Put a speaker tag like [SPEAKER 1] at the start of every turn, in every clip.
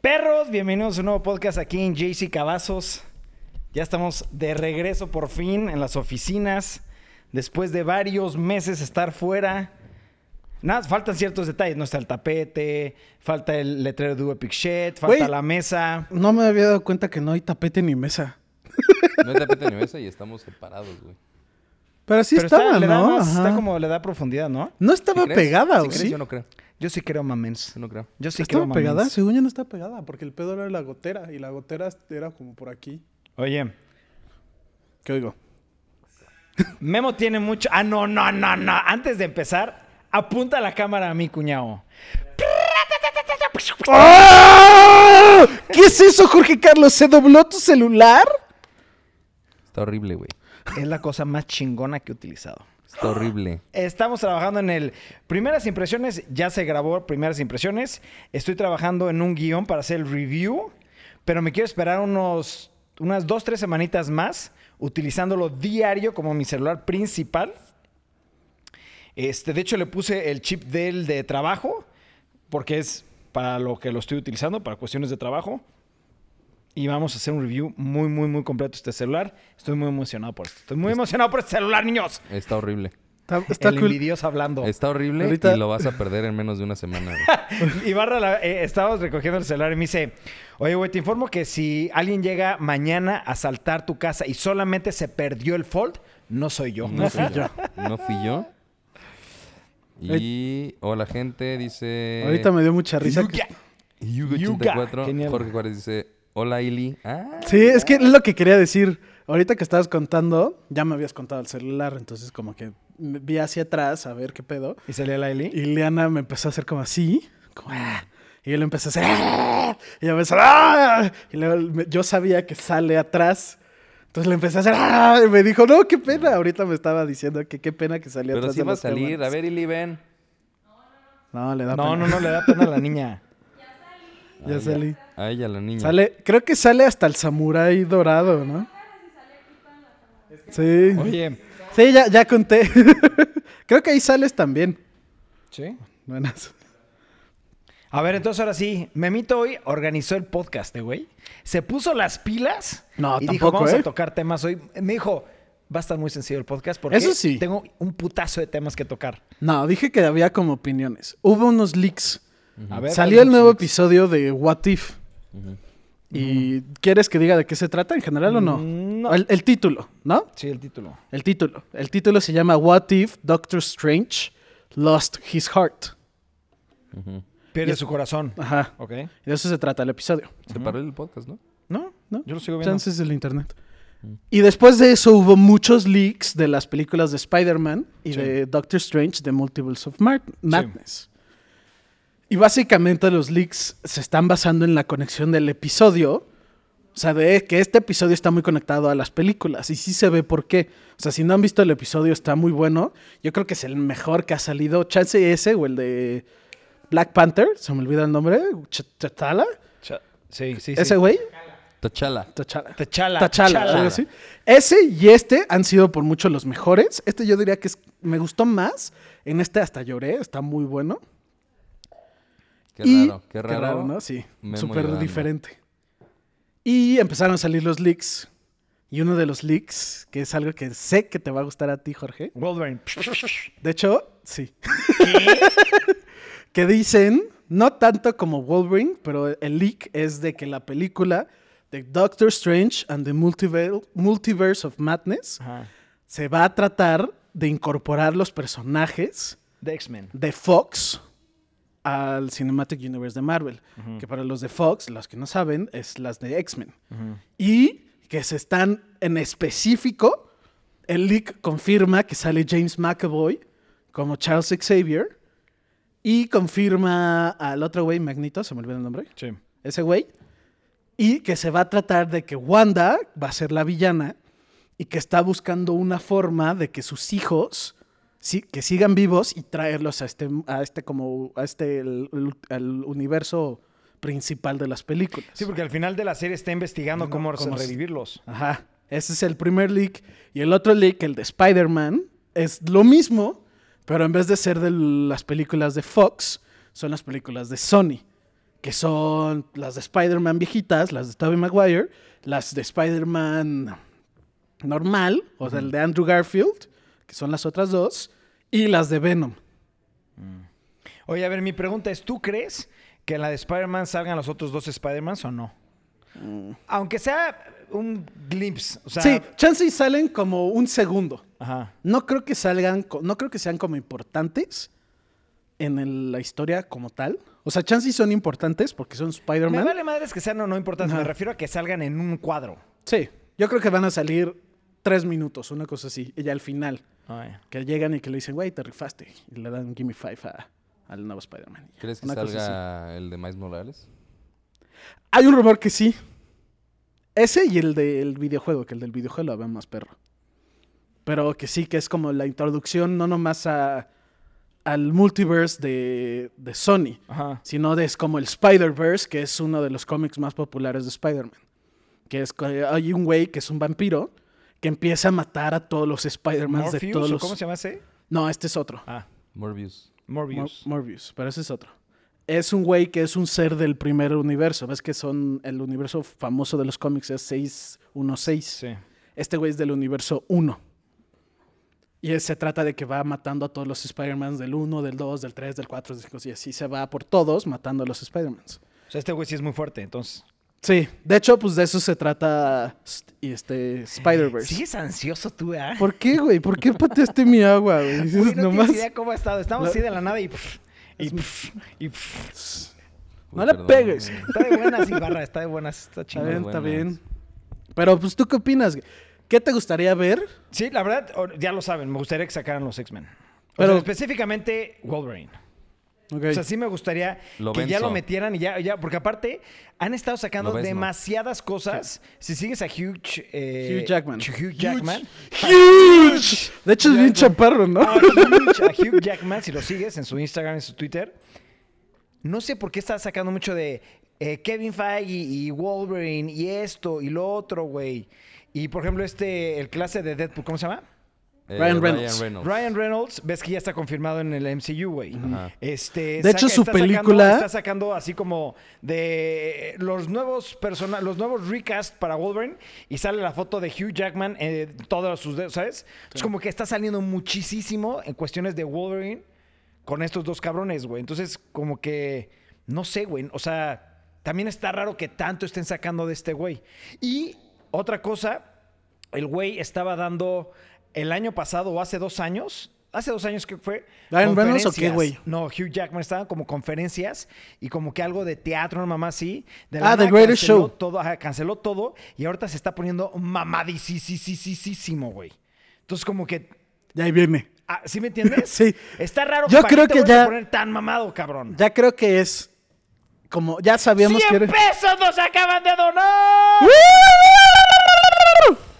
[SPEAKER 1] Perros, bienvenidos a un nuevo podcast aquí en JC Cavazos. Ya estamos de regreso por fin en las oficinas. Después de varios meses estar fuera. Nada, faltan ciertos detalles. No está el tapete, falta el letrero de Epic Shit, falta
[SPEAKER 2] Güey.
[SPEAKER 1] la mesa.
[SPEAKER 2] No me había dado cuenta que no hay tapete ni mesa.
[SPEAKER 3] No es tapete ni mesa y estamos separados, güey.
[SPEAKER 2] Pero sí
[SPEAKER 1] Pero
[SPEAKER 2] estaba,
[SPEAKER 1] le da
[SPEAKER 2] ¿no?
[SPEAKER 1] más- está
[SPEAKER 2] Ajá.
[SPEAKER 1] como le da profundidad, ¿no?
[SPEAKER 2] No estaba
[SPEAKER 3] ¿Sí crees?
[SPEAKER 2] pegada,
[SPEAKER 3] ¿Sí
[SPEAKER 2] ¿o
[SPEAKER 3] crees?
[SPEAKER 2] sí?
[SPEAKER 3] Yo no creo.
[SPEAKER 1] Yo sí creo mamens.
[SPEAKER 3] Yo no creo.
[SPEAKER 1] Yo sí creo
[SPEAKER 2] ¿Estaba
[SPEAKER 1] mamens.
[SPEAKER 2] pegada? Según yo no estaba pegada, porque el pedo era la gotera. Y la gotera era como por aquí.
[SPEAKER 1] Oye,
[SPEAKER 2] ¿Qué oigo?
[SPEAKER 1] Memo tiene mucho. Ah, no, no, no, no. Antes de empezar, apunta la cámara a mi cuñado.
[SPEAKER 2] ¡Ah! ¿Qué es eso, Jorge Carlos? ¿Se dobló tu celular?
[SPEAKER 3] Está horrible, güey.
[SPEAKER 1] Es la cosa más chingona que he utilizado.
[SPEAKER 3] Está horrible.
[SPEAKER 1] Estamos trabajando en el Primeras Impresiones, ya se grabó Primeras Impresiones. Estoy trabajando en un guión para hacer el review, pero me quiero esperar unos, unas dos, tres semanitas más, utilizándolo diario como mi celular principal. Este, de hecho, le puse el chip del de trabajo, porque es para lo que lo estoy utilizando, para cuestiones de trabajo. Y vamos a hacer un review muy, muy, muy completo de este celular. Estoy muy emocionado por esto. Estoy muy emocionado por este celular, niños
[SPEAKER 3] Está horrible.
[SPEAKER 2] Está, está
[SPEAKER 1] el
[SPEAKER 2] cool.
[SPEAKER 1] envidioso hablando.
[SPEAKER 3] Está horrible
[SPEAKER 2] Ahorita-
[SPEAKER 3] y lo vas a perder en menos de una semana, güey.
[SPEAKER 1] Ibarra, la- eh, estábamos recogiendo el celular y me dice, oye, güey, te informo que si alguien llega mañana a asaltar tu casa y solamente se perdió el fold, no soy yo.
[SPEAKER 3] No fui yo. No fui yo. Y hola gente, dice...
[SPEAKER 2] Ahorita me dio mucha risa. que-
[SPEAKER 1] Yuga. Yuga. Genial.
[SPEAKER 3] Hugo84. Jorge Juárez dice, hola Ili. Ah,
[SPEAKER 2] Sí, es que es lo que quería decir. Ahorita que estabas contando, ya me habías contado el celular, entonces como que me vi hacia atrás a ver qué pedo.
[SPEAKER 1] ¿Y salía la Eli?
[SPEAKER 2] Y Leana me empezó a hacer como así. como, "Ah", y yo le empecé a hacer. "Ah", Y ella empezó. "Ah", Y luego me- yo sabía que sale atrás. Entonces le empecé a hacer. "Ah", Y me dijo, no, qué pena. Ahorita me estaba diciendo que qué pena que salió
[SPEAKER 3] pero
[SPEAKER 2] atrás.
[SPEAKER 3] sí
[SPEAKER 2] de
[SPEAKER 3] va a
[SPEAKER 2] las
[SPEAKER 3] salir.
[SPEAKER 2] cámaras.
[SPEAKER 3] A ver, Ili, ven.
[SPEAKER 2] No, le da
[SPEAKER 1] No,
[SPEAKER 2] pena.
[SPEAKER 1] no, no, le da pena a la niña.
[SPEAKER 2] Ya salí.
[SPEAKER 3] A ella, la niña.
[SPEAKER 2] Sale, creo que sale hasta el samurái dorado, ¿no? Sí.
[SPEAKER 1] Oye,
[SPEAKER 2] Sí, ya, ya conté. creo que ahí sales también.
[SPEAKER 1] ¿sí?
[SPEAKER 2] Buenas.
[SPEAKER 1] A ver, entonces ahora sí, Memito hoy organizó el podcast, eh, güey. Se puso las pilas
[SPEAKER 2] No,
[SPEAKER 1] y dijo,
[SPEAKER 2] tampoco,
[SPEAKER 1] vamos a
[SPEAKER 2] ¿eh?
[SPEAKER 1] tocar temas hoy. Me dijo, va a estar muy sencillo el podcast porque
[SPEAKER 2] Eso sí.
[SPEAKER 1] tengo un putazo de temas que tocar.
[SPEAKER 2] No, dije que había como opiniones. Hubo unos leaks.
[SPEAKER 1] A ver,
[SPEAKER 2] Salió el
[SPEAKER 1] Alex,
[SPEAKER 2] nuevo
[SPEAKER 1] Alex.
[SPEAKER 2] episodio de What If.
[SPEAKER 3] Ujú.
[SPEAKER 2] ¿Y quieres que diga de qué se trata en general o no?
[SPEAKER 1] No.
[SPEAKER 2] El, el título, ¿no?
[SPEAKER 1] Sí, el título.
[SPEAKER 2] El título. El título se llama What If Doctor Strange Lost His Heart.
[SPEAKER 3] Ujú.
[SPEAKER 1] Pierde
[SPEAKER 2] Y-
[SPEAKER 1] su corazón.
[SPEAKER 2] Ajá.
[SPEAKER 1] Ok.
[SPEAKER 2] Y de eso se trata el episodio.
[SPEAKER 3] Se paró el podcast, ¿no?
[SPEAKER 1] No,
[SPEAKER 2] ¿No?
[SPEAKER 1] yo lo sigo viendo. Mm.
[SPEAKER 2] Chances del internet. Y después de eso hubo muchos leaks de las películas de Spider-Man y
[SPEAKER 1] Sí.
[SPEAKER 2] de Doctor Strange de Multiverse of Mar- Madness. Y básicamente los leaks se están basando en la conexión del episodio. O sea, de que este episodio está muy conectado a las películas. Y sí se ve por qué. O sea, si no han visto el episodio, está muy bueno. Yo creo que es el mejor que ha salido. Chance ese o el de Black Panther, se me olvida el nombre. Ch- T'Challa.
[SPEAKER 1] Cha- sí, sí, sí.
[SPEAKER 2] Ese güey.
[SPEAKER 3] Tachala.
[SPEAKER 2] T'Challa.
[SPEAKER 1] Tachala.
[SPEAKER 2] Tachala,
[SPEAKER 1] Tachala.
[SPEAKER 2] algo así. Ese y este han sido por mucho los mejores. Este yo diría que es- me gustó más. En este hasta lloré, está muy bueno.
[SPEAKER 3] Qué
[SPEAKER 2] Y-
[SPEAKER 3] raro, qué raro.
[SPEAKER 2] ¿no? Sí,
[SPEAKER 3] Memo
[SPEAKER 2] súper
[SPEAKER 3] llorando.
[SPEAKER 2] diferente. Y empezaron a salir los leaks. Y uno de los leaks, que es algo que sé que te va a gustar a ti, Jorge.
[SPEAKER 1] Wolverine.
[SPEAKER 2] De hecho, sí. que dicen, no tanto como Wolverine, pero el leak es de que la película de Doctor Strange and the Multivel- Multiverse of Madness
[SPEAKER 1] Ajá.
[SPEAKER 2] se va a tratar de incorporar los personajes
[SPEAKER 1] De X-Men.
[SPEAKER 2] de Fox al Cinematic Universe de Marvel. Que para los de Fox, los que no saben, es las de X-Men. Y que se están en específico. El leak confirma que sale James McAvoy como Charles Xavier. Y confirma al otro güey, Magnito, se me olvidó el nombre.
[SPEAKER 1] Sí.
[SPEAKER 2] Ese güey. Y que se va a tratar de que Wanda va a ser la villana y que está buscando una forma de que sus hijos sí, que sigan vivos y traerlos a este, a este como a este el- el- al universo principal de las películas.
[SPEAKER 1] Sí, porque al final de la serie está investigando
[SPEAKER 2] No,
[SPEAKER 1] cómo,
[SPEAKER 2] cómo se-
[SPEAKER 1] revivirlos.
[SPEAKER 2] Ajá. Ese es el primer leak. Y el otro leak, el de Spider-Man, es lo mismo, pero en vez de ser de las películas de Fox, son las películas de Sony. que son las de Spider-Man viejitas, las de Tobey Maguire, las de Spider-Man normal, o sea, el de Andrew Garfield, que son las otras dos, y las de Venom.
[SPEAKER 1] Oye, a ver, mi pregunta es, ¿tú crees que en la de Spider-Man salgan los otros dos Spider-Mans o no? Aunque sea un glimpse, o sea...
[SPEAKER 2] Mm. sí, chance y salen como un segundo.
[SPEAKER 1] Ajá.
[SPEAKER 2] No creo que salgan, co- no creo que sean como importantes en el- la historia como tal. O sea, chance y son importantes porque son
[SPEAKER 1] Me
[SPEAKER 2] Spider-Man.
[SPEAKER 1] vale madres que sean o no importantes, me
[SPEAKER 2] Ajá.
[SPEAKER 1] refiero a que salgan en un cuadro.
[SPEAKER 2] Sí, yo creo que van a salir tres minutos, una cosa así, y ya al final.
[SPEAKER 1] Ay.
[SPEAKER 2] Que llegan y que le dicen, güey, te rifaste. Y le dan Gimme Five a- al nuevo Spider-Man. y ya.
[SPEAKER 3] ¿Crees que
[SPEAKER 2] Una cosa así.
[SPEAKER 3] salga el de Miles Morales?
[SPEAKER 2] Hay un rumor que sí. Ese y el del videojuego, que el del videojuego lo ven más perro. Pero que sí, que es como la introducción no nomás a, al multiverse de, de Sony,
[SPEAKER 1] Ajá.
[SPEAKER 2] sino de, es como el Spider-Verse, que es uno de los cómics más populares de Spider-Man. Que es que hay un güey que es un vampiro que empieza a matar a todos los Spider-Mans de
[SPEAKER 1] Morpheus,
[SPEAKER 2] todos
[SPEAKER 1] ¿o
[SPEAKER 2] los...
[SPEAKER 1] ¿cómo se llama ese?
[SPEAKER 2] No, este es otro.
[SPEAKER 1] Ah,
[SPEAKER 3] Morbius.
[SPEAKER 2] Mor-
[SPEAKER 1] Morbius.
[SPEAKER 2] Morbius, pero ese es otro. Es un güey que es un ser del primer universo. Ves que son. El universo famoso de los cómics es 616.
[SPEAKER 1] sí.
[SPEAKER 2] Este güey es del universo 1. Y es- se trata de que va matando a todos los Spider-Mans del 1, del 2, del 3, del 4, del 5. Y así se va por todos matando a los Spider-Mans.
[SPEAKER 1] O sea, este güey sí es muy fuerte, entonces...
[SPEAKER 2] Sí, de hecho, pues de eso se trata st- y este Spider-Verse.
[SPEAKER 1] Sigues ansioso tú, ¿eh?
[SPEAKER 2] ¿Por qué, güey? ¿Por qué pateaste mi agua, güey? Dices,
[SPEAKER 1] Güey, no
[SPEAKER 2] nomás-
[SPEAKER 1] tienes idea cómo ha estado. Estamos
[SPEAKER 2] La-
[SPEAKER 1] así de la nada y... pf, y, pf, y pf.
[SPEAKER 2] No
[SPEAKER 3] Uy,
[SPEAKER 2] le
[SPEAKER 3] perdón.
[SPEAKER 2] pegues.
[SPEAKER 1] Está de buenas, Ibarra. Está de buenas. Está
[SPEAKER 2] Está
[SPEAKER 1] chido.
[SPEAKER 2] bien, está
[SPEAKER 3] buenas.
[SPEAKER 2] bien. Pero, pues, ¿tú qué opinas? ¿Qué te gustaría ver?
[SPEAKER 1] Sí, la verdad, o- ya lo saben. Me gustaría que sacaran los X-Men. Pero
[SPEAKER 2] Pero-
[SPEAKER 1] específicamente Wolverine.
[SPEAKER 2] Ok.
[SPEAKER 1] O sea, sí me gustaría
[SPEAKER 3] Lo
[SPEAKER 1] que ya
[SPEAKER 3] venzo.
[SPEAKER 1] lo metieran y ya, ya, porque aparte han estado sacando
[SPEAKER 3] Lo ves, ¿no?
[SPEAKER 1] demasiadas cosas. Si sigues a Hugh, eh,
[SPEAKER 2] Hugh Jackman.
[SPEAKER 1] Hugh Jackman.
[SPEAKER 2] ¡Huge! De hecho, es bien chaparro, ¿no?
[SPEAKER 1] a Hugh- a Hugh Jackman, si lo sigues en su Instagram, en su Twitter, no sé por qué está sacando mucho de eh, Kevin Feige y Wolverine y esto y lo otro, güey. Y por ejemplo, este, el clase de Deadpool, ¿cómo se llama?
[SPEAKER 3] Eh,
[SPEAKER 2] Ryan Reynolds.
[SPEAKER 1] Ryan Reynolds, ves que ya está confirmado en el MCU, güey.
[SPEAKER 3] Ajá.
[SPEAKER 1] Este,
[SPEAKER 2] De hecho, su
[SPEAKER 1] está sacando-
[SPEAKER 2] película-
[SPEAKER 1] está sacando así como de eh, los nuevos persona, los nuevos recast para Wolverine y sale la foto de Hugh Jackman en todos sus dedos, ¿sabes? Es como que está saliendo muchísimo en cuestiones de Wolverine con estos dos cabrones, güey. Entonces, como que no sé, güey. O sea, también está raro que tanto estén sacando de este güey. Y otra cosa, el güey estaba dando el año pasado o hace dos años. Hace dos años que fue.
[SPEAKER 2] ¿Ryan Reynolds o qué,
[SPEAKER 1] conferencias.
[SPEAKER 2] güey?
[SPEAKER 1] No, Hugh Jackman estaban como conferencias y como que algo de teatro, una mamá así. De
[SPEAKER 2] Ah, The
[SPEAKER 1] nada
[SPEAKER 2] Greatest
[SPEAKER 1] canceló
[SPEAKER 2] Show.
[SPEAKER 1] Todo, ajá, canceló todo y ahorita se está poniendo mamadisísimo, güey. Entonces, como que.
[SPEAKER 2] Ya ahí viene.
[SPEAKER 1] ah, ¿Sí me entiendes?
[SPEAKER 2] Sí.
[SPEAKER 1] Está raro.
[SPEAKER 2] Yo
[SPEAKER 1] ¿para qué
[SPEAKER 2] creo
[SPEAKER 1] te
[SPEAKER 2] que
[SPEAKER 1] vuelves a
[SPEAKER 2] ya-
[SPEAKER 1] poner tan mamado, cabrón.
[SPEAKER 2] Ya creo que es. Como ya sabíamos que
[SPEAKER 1] ¡Cien
[SPEAKER 2] era.
[SPEAKER 1] pesos nos acaban de donar!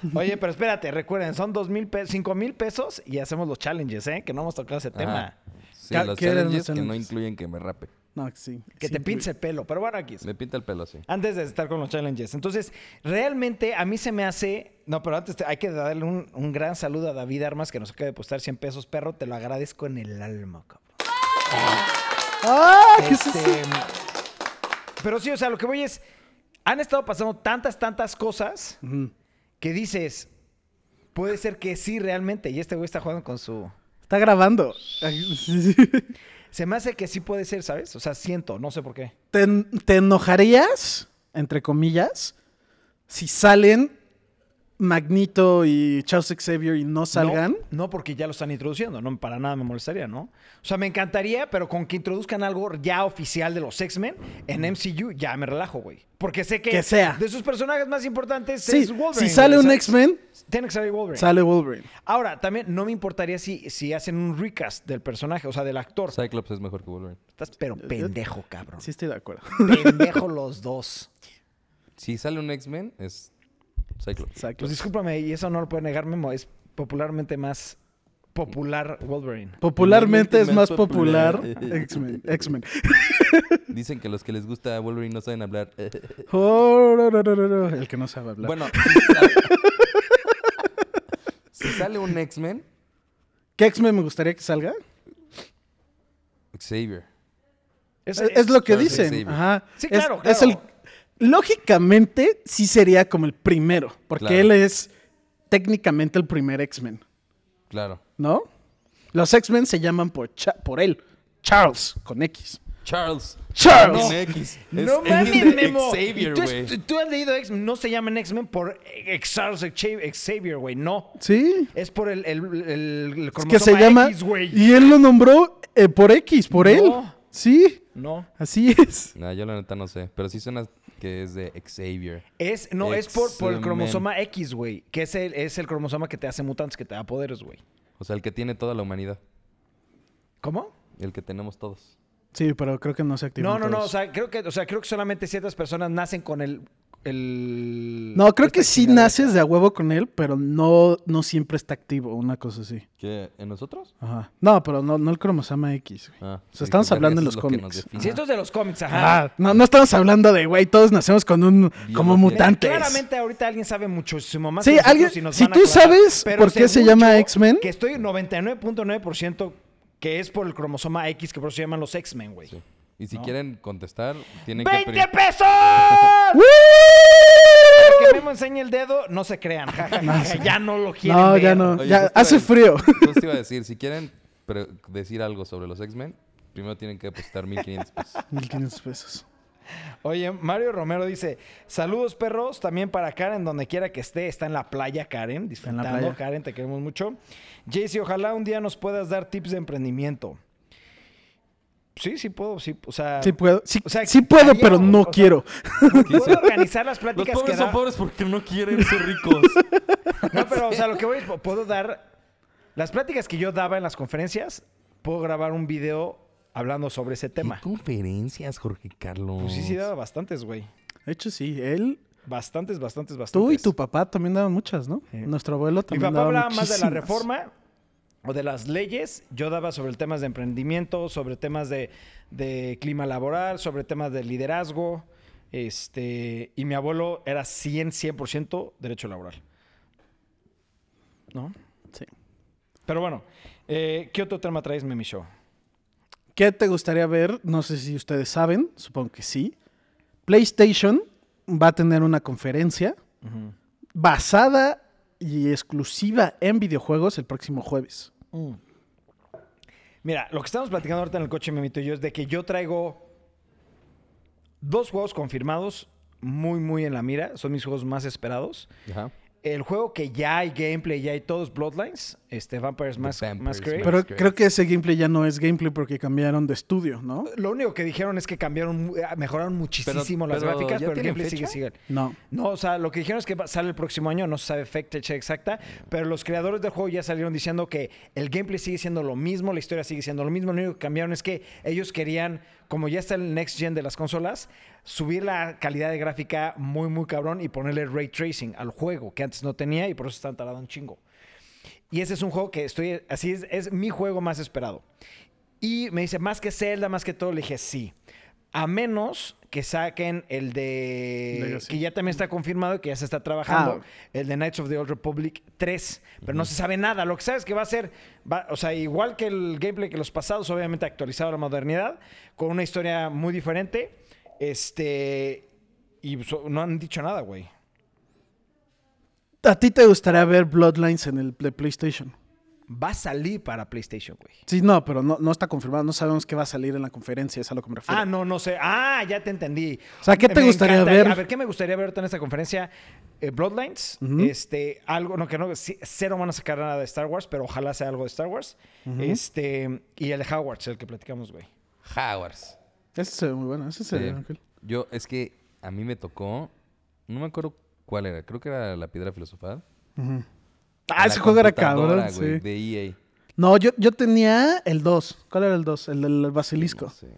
[SPEAKER 2] Uh.
[SPEAKER 1] Oye, pero espérate, recuerden, son dos mil pesos, cinco mil pesos y hacemos los challenges, ¿eh? Que no hemos tocado ese tema.
[SPEAKER 3] Ajá. Sí,
[SPEAKER 2] Ca-
[SPEAKER 3] los
[SPEAKER 2] ¿qué eran los
[SPEAKER 3] challenges que no
[SPEAKER 2] challenges?
[SPEAKER 3] incluyen que me rape.
[SPEAKER 2] No, sí.
[SPEAKER 1] Que
[SPEAKER 2] sí,
[SPEAKER 1] te
[SPEAKER 2] güey.
[SPEAKER 1] pince el pelo, pero bueno, aquí.
[SPEAKER 3] Me pinta el pelo así.
[SPEAKER 1] Antes de estar con los challenges. Entonces, realmente a mí se me hace. No, pero antes te- hay que darle un, un gran saludo a David Armas que nos acaba de postar 100 pesos, perro. Te lo agradezco en el alma, cabrón.
[SPEAKER 2] ¡Ah! ¿Qué es
[SPEAKER 1] Este,
[SPEAKER 2] eso?
[SPEAKER 1] Pero sí, o sea, lo que voy es. Han estado pasando tantas, tantas cosas
[SPEAKER 2] Ujú.
[SPEAKER 1] que dices. Puede ser que sí, realmente. Y este güey está jugando con su.
[SPEAKER 2] Está grabando. Ay, sí, sí.
[SPEAKER 1] Se me hace que sí puede ser, ¿sabes? O sea, siento, no sé por qué.
[SPEAKER 2] ¿Te, en- te enojarías, entre comillas, si salen Magneto y Charles Xavier y no salgan?
[SPEAKER 1] No, no, porque ya lo están introduciendo. No, para nada me molestaría, ¿no? O sea, me encantaría, pero con que introduzcan algo ya oficial de los X-Men en MCU, ya me relajo, güey. Porque sé que,
[SPEAKER 2] Que sea.
[SPEAKER 1] de sus personajes más importantes
[SPEAKER 2] Sí,
[SPEAKER 1] es Wolverine.
[SPEAKER 2] si sale
[SPEAKER 1] güey,
[SPEAKER 2] un
[SPEAKER 1] ¿sabes?
[SPEAKER 2] X-Men,
[SPEAKER 1] Tiene que salir Wolverine.
[SPEAKER 2] sale Wolverine.
[SPEAKER 1] Ahora, también no me importaría si, si hacen un recast del personaje, o sea, del actor.
[SPEAKER 3] Cyclops es mejor que Wolverine.
[SPEAKER 1] Estás pero pendejo, cabrón.
[SPEAKER 2] Sí, estoy de acuerdo.
[SPEAKER 1] Pendejo los dos.
[SPEAKER 3] Si sale un X-Men, es Cyclops.
[SPEAKER 2] Exacto.
[SPEAKER 1] Pues discúlpame, y eso no lo puede negar Memo. Es popularmente más popular Wolverine.
[SPEAKER 2] Popularmente es más
[SPEAKER 3] Más
[SPEAKER 2] popular
[SPEAKER 3] popular.
[SPEAKER 2] X-Men. X-Men.
[SPEAKER 3] Dicen que los que les gusta Wolverine no saben hablar.
[SPEAKER 2] Jororororo, El que Oh, no sabe hablar.
[SPEAKER 3] bueno, si sale, si sale un X-Men,
[SPEAKER 2] ¿Qué X-Men me gustaría que salga?
[SPEAKER 3] Xavier.
[SPEAKER 2] Es, es lo que
[SPEAKER 3] Claro,
[SPEAKER 2] dicen.
[SPEAKER 3] sí, sí.
[SPEAKER 2] Ajá.
[SPEAKER 1] Sí,
[SPEAKER 2] Es-
[SPEAKER 1] claro,
[SPEAKER 2] es
[SPEAKER 1] claro.
[SPEAKER 2] el- lógicamente, sí sería como el primero, porque
[SPEAKER 3] Claro.
[SPEAKER 2] él es técnicamente el primer X-Men,
[SPEAKER 3] Claro.
[SPEAKER 2] ¿no? Los X-Men se llaman por, Cha- por él, Charles, con X.
[SPEAKER 3] Charles.
[SPEAKER 2] Charles.
[SPEAKER 3] No, X.
[SPEAKER 1] No
[SPEAKER 3] Es X
[SPEAKER 1] mames,
[SPEAKER 3] de
[SPEAKER 1] Memo.
[SPEAKER 3] Xavier,
[SPEAKER 1] ¿Y tú,
[SPEAKER 3] güey.
[SPEAKER 1] es- tú has leído X-Men, no se llaman X-Men por X- Charles Xavier, güey, no.
[SPEAKER 2] Sí.
[SPEAKER 1] Es por el, el, el- el
[SPEAKER 2] Es que se
[SPEAKER 1] cromosoma
[SPEAKER 2] llama.
[SPEAKER 1] X, güey.
[SPEAKER 2] y él lo nombró eh, por X, por él.
[SPEAKER 1] No.
[SPEAKER 2] Sí,
[SPEAKER 1] No.
[SPEAKER 2] así es.
[SPEAKER 3] Nah, yo la neta no sé. Pero sí suena que es de Xavier.
[SPEAKER 1] Es, no, es por, por el
[SPEAKER 3] X-Men.
[SPEAKER 1] cromosoma X, güey. Que es el, es el cromosoma que te hace mutantes, que te da poderes, güey.
[SPEAKER 3] O sea, el que tiene toda la humanidad.
[SPEAKER 1] ¿Cómo?
[SPEAKER 3] El que tenemos todos.
[SPEAKER 2] Sí, pero creo que no se activó.
[SPEAKER 1] No, no, no. O sea, creo que, o sea, creo que solamente ciertas personas nacen con el. el
[SPEAKER 2] no, creo que
[SPEAKER 1] esta
[SPEAKER 2] sí
[SPEAKER 1] chingadera.
[SPEAKER 2] naces de a huevo con él, pero no, no siempre está activo, una cosa así.
[SPEAKER 3] ¿Qué? ¿En nosotros?
[SPEAKER 2] Ajá. No, pero no, no el cromosoma X, güey.
[SPEAKER 3] Ah,
[SPEAKER 2] o sea, estamos
[SPEAKER 3] porque
[SPEAKER 2] hablando en los
[SPEAKER 3] eso es lo que nos
[SPEAKER 2] cómics.
[SPEAKER 3] define.
[SPEAKER 1] Si esto es de los cómics, ajá.
[SPEAKER 2] Ajá. Ah, No, no estamos hablando de, güey, todos nacemos con un. como
[SPEAKER 3] Biología.
[SPEAKER 2] mutantes.
[SPEAKER 1] Claramente ahorita alguien sabe muchísimo más.
[SPEAKER 2] Sí,
[SPEAKER 1] que nosotros
[SPEAKER 2] alguien-
[SPEAKER 1] y nos
[SPEAKER 2] si
[SPEAKER 1] van a
[SPEAKER 2] tú
[SPEAKER 1] aclarar.
[SPEAKER 2] sabes
[SPEAKER 1] Pero
[SPEAKER 2] por qué se
[SPEAKER 1] según
[SPEAKER 2] llama
[SPEAKER 1] yo,
[SPEAKER 2] X-Men.
[SPEAKER 1] Que estoy 99.9% que es por el cromosoma X, que por eso se llaman los X-Men, güey.
[SPEAKER 3] Sí. Y si quieren contestar, tienen que...
[SPEAKER 1] ¡20
[SPEAKER 3] prim-
[SPEAKER 1] pesos!
[SPEAKER 2] ¡Woo!
[SPEAKER 1] que Memo enseñe el dedo, no se crean. Ja, ja, ja, ja, ya no lo quieren
[SPEAKER 2] No,
[SPEAKER 1] ver.
[SPEAKER 2] ya no.
[SPEAKER 3] Oye,
[SPEAKER 2] ya
[SPEAKER 3] justo
[SPEAKER 2] hace
[SPEAKER 3] iba-
[SPEAKER 2] frío.
[SPEAKER 3] Justo iba a decir, si quieren pre- decir algo sobre los X-Men, primero tienen que apostar 1500 pesos.
[SPEAKER 2] 1500 pesos.
[SPEAKER 1] Oye, Mario Romero dice: Saludos, perros. También para Karen, donde quiera que esté. Está en la playa, Karen. Disfrutando,
[SPEAKER 2] playa.
[SPEAKER 1] Karen, te queremos mucho. Jaycee, ojalá un día nos puedas dar tips de emprendimiento. Sí, sí puedo, sí. O sea,
[SPEAKER 2] Sí puedo, sí,
[SPEAKER 1] o sea,
[SPEAKER 2] sí puedo,
[SPEAKER 1] haría-
[SPEAKER 2] pero no
[SPEAKER 1] o sea,
[SPEAKER 2] quiero.
[SPEAKER 1] puedo organizar las pláticas que da.
[SPEAKER 3] pobres porque no quieren ser ricos.
[SPEAKER 1] No, pero, o sea, lo que voy es, po- puedo dar. Las pláticas que yo daba en las conferencias, puedo grabar un video hablando sobre ese tema.
[SPEAKER 3] conferencias, Jorge Carlos?
[SPEAKER 1] Pues sí, sí, daba bastantes, güey.
[SPEAKER 2] De hecho, sí, él,
[SPEAKER 1] Bastantes, bastantes, bastantes.
[SPEAKER 2] tú y tu papá también daban muchas, ¿no?
[SPEAKER 1] Sí.
[SPEAKER 2] Nuestro abuelo
[SPEAKER 1] Mi
[SPEAKER 2] también
[SPEAKER 1] papá
[SPEAKER 2] daba
[SPEAKER 1] hablaba más de la
[SPEAKER 2] muchísimas.
[SPEAKER 1] reforma o de las leyes. Yo daba sobre temas de emprendimiento, sobre temas de, de clima laboral, sobre temas de liderazgo. Este, y mi abuelo era 100, 100% derecho laboral. ¿No?
[SPEAKER 2] Sí.
[SPEAKER 1] Pero bueno, eh, ¿qué otro tema traes, Memi Show?
[SPEAKER 2] ¿Qué te gustaría ver? No sé si ustedes saben, supongo que sí. PlayStation va a tener una conferencia basada y exclusiva en videojuegos el próximo jueves.
[SPEAKER 1] Mira, lo que estamos platicando ahorita en el coche, Memito y yo, es de que yo traigo dos juegos confirmados muy, muy en la mira. Son mis juegos más esperados.
[SPEAKER 3] Ajá.
[SPEAKER 1] El juego que ya hay gameplay, ya hay todos Bloodlines, este Vampires Mas
[SPEAKER 3] Vampires
[SPEAKER 1] Masquerade.
[SPEAKER 3] Mas-
[SPEAKER 2] Pero
[SPEAKER 3] Great.
[SPEAKER 2] creo que ese gameplay ya no es gameplay porque cambiaron de estudio, ¿no?
[SPEAKER 3] Eh,
[SPEAKER 1] Lo único que dijeron es que cambiaron, mu- eh, mejoraron muchísimo las
[SPEAKER 3] pero,
[SPEAKER 1] gráficas,
[SPEAKER 3] ¿ya
[SPEAKER 1] pero el
[SPEAKER 3] tienen
[SPEAKER 1] gameplay sigue,
[SPEAKER 3] fecha?
[SPEAKER 1] sigue.
[SPEAKER 2] No.
[SPEAKER 1] No, o sea, lo que dijeron es que va- sale el próximo año, no se sabe fe- fecha exacta, pero los creadores del juego ya salieron diciendo que el gameplay sigue siendo lo mismo, la historia sigue siendo lo mismo, lo único que cambiaron es que ellos querían, como ya está el next gen de las consolas, subir la calidad de gráfica muy, muy cabrón y ponerle ray tracing al juego, que antes no tenía y por eso están tardando un chingo. Y ese es un juego que estoy, así es, es mi juego más esperado. Y me dice, más que Zelda, más que todo, le dije, sí. A menos que saquen el de...
[SPEAKER 2] Legacy.
[SPEAKER 1] Que ya también está confirmado y que ya se está trabajando.
[SPEAKER 2] Ah.
[SPEAKER 1] El de Knights of the Old Republic 3. Pero no se sabe nada. Lo que sabes que va a ser... va- o sea, igual que el gameplay que los pasados, obviamente actualizado a la modernidad. Con una historia muy diferente. Este... Y so- no han dicho nada, güey.
[SPEAKER 2] ¿A ti te gustaría ver Bloodlines en el de PlayStation?
[SPEAKER 1] Va a salir para PlayStation, güey.
[SPEAKER 2] Sí, no, pero no, no está confirmado. No sabemos qué va a salir en la conferencia, es a lo que me refiero.
[SPEAKER 1] Ah, no, no sé. Ah, ya te entendí.
[SPEAKER 2] O sea, ¿qué te gustaría
[SPEAKER 1] encantaría-
[SPEAKER 2] ver?
[SPEAKER 1] A ver, ¿qué me gustaría ver ahorita en esta conferencia? Eh, Bloodlines,
[SPEAKER 2] Ujú.
[SPEAKER 1] este, algo, no, que no, sí, cero van a sacar nada de Star Wars, pero ojalá sea algo de Star Wars. Este, y el de Howard, el que platicamos, güey.
[SPEAKER 3] Howards.
[SPEAKER 2] Ese se ve muy bueno, ese se ve
[SPEAKER 3] Sí.
[SPEAKER 2] cool.
[SPEAKER 3] Eh, Yo, es que a mí me tocó, no me acuerdo cuál era, creo que era la piedra filosofal.
[SPEAKER 2] Ah,
[SPEAKER 3] La
[SPEAKER 2] ese juego era
[SPEAKER 3] computadora,
[SPEAKER 2] cabrón,
[SPEAKER 3] güey,
[SPEAKER 2] sí.
[SPEAKER 3] De E EA.
[SPEAKER 2] No, yo, yo tenía el 2. ¿Cuál era el 2? El del basilisco.
[SPEAKER 3] No sé.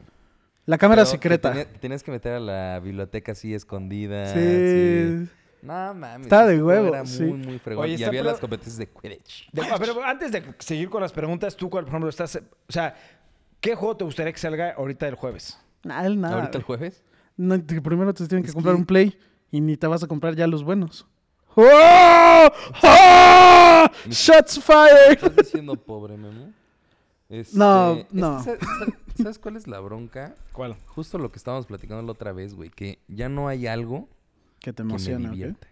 [SPEAKER 2] La cámara
[SPEAKER 3] Pero te
[SPEAKER 2] secreta.
[SPEAKER 3] tenía- Ah, te tenías que meter a la biblioteca así escondida.
[SPEAKER 2] Sí.
[SPEAKER 3] así. No mames.
[SPEAKER 2] Estaba de
[SPEAKER 3] ese juego
[SPEAKER 2] huevo,
[SPEAKER 3] Era
[SPEAKER 2] sí.
[SPEAKER 3] muy, muy fregón.
[SPEAKER 1] Oye,
[SPEAKER 3] y
[SPEAKER 1] está
[SPEAKER 3] había
[SPEAKER 1] pro-
[SPEAKER 3] las competencias de Quidditch.
[SPEAKER 1] De- a ver, antes de seguir con las preguntas, tú, cuál, por ejemplo, estás, eh, o sea, ¿qué juego te gustaría que salga ahorita el jueves?
[SPEAKER 2] Nada, el nada.
[SPEAKER 3] Ahorita el
[SPEAKER 2] güey.
[SPEAKER 3] jueves.
[SPEAKER 2] No, te- primero te tienen que
[SPEAKER 3] Es
[SPEAKER 2] comprar
[SPEAKER 3] que-
[SPEAKER 2] un Play y ni te vas a comprar ya los buenos. ¡Oh! ¡Oh! ¡Shots fired!
[SPEAKER 3] ¿Estás diciendo pobre, Memo? Este,
[SPEAKER 2] No,
[SPEAKER 3] es que
[SPEAKER 2] no.
[SPEAKER 3] sa- sa- ¿Sabes cuál es la bronca?
[SPEAKER 1] ¿Cuál?
[SPEAKER 3] Justo lo que estábamos platicando la otra vez, güey, que ya no hay algo
[SPEAKER 2] Que te
[SPEAKER 3] que me
[SPEAKER 2] emociona. ¿ok?
[SPEAKER 3] divierte.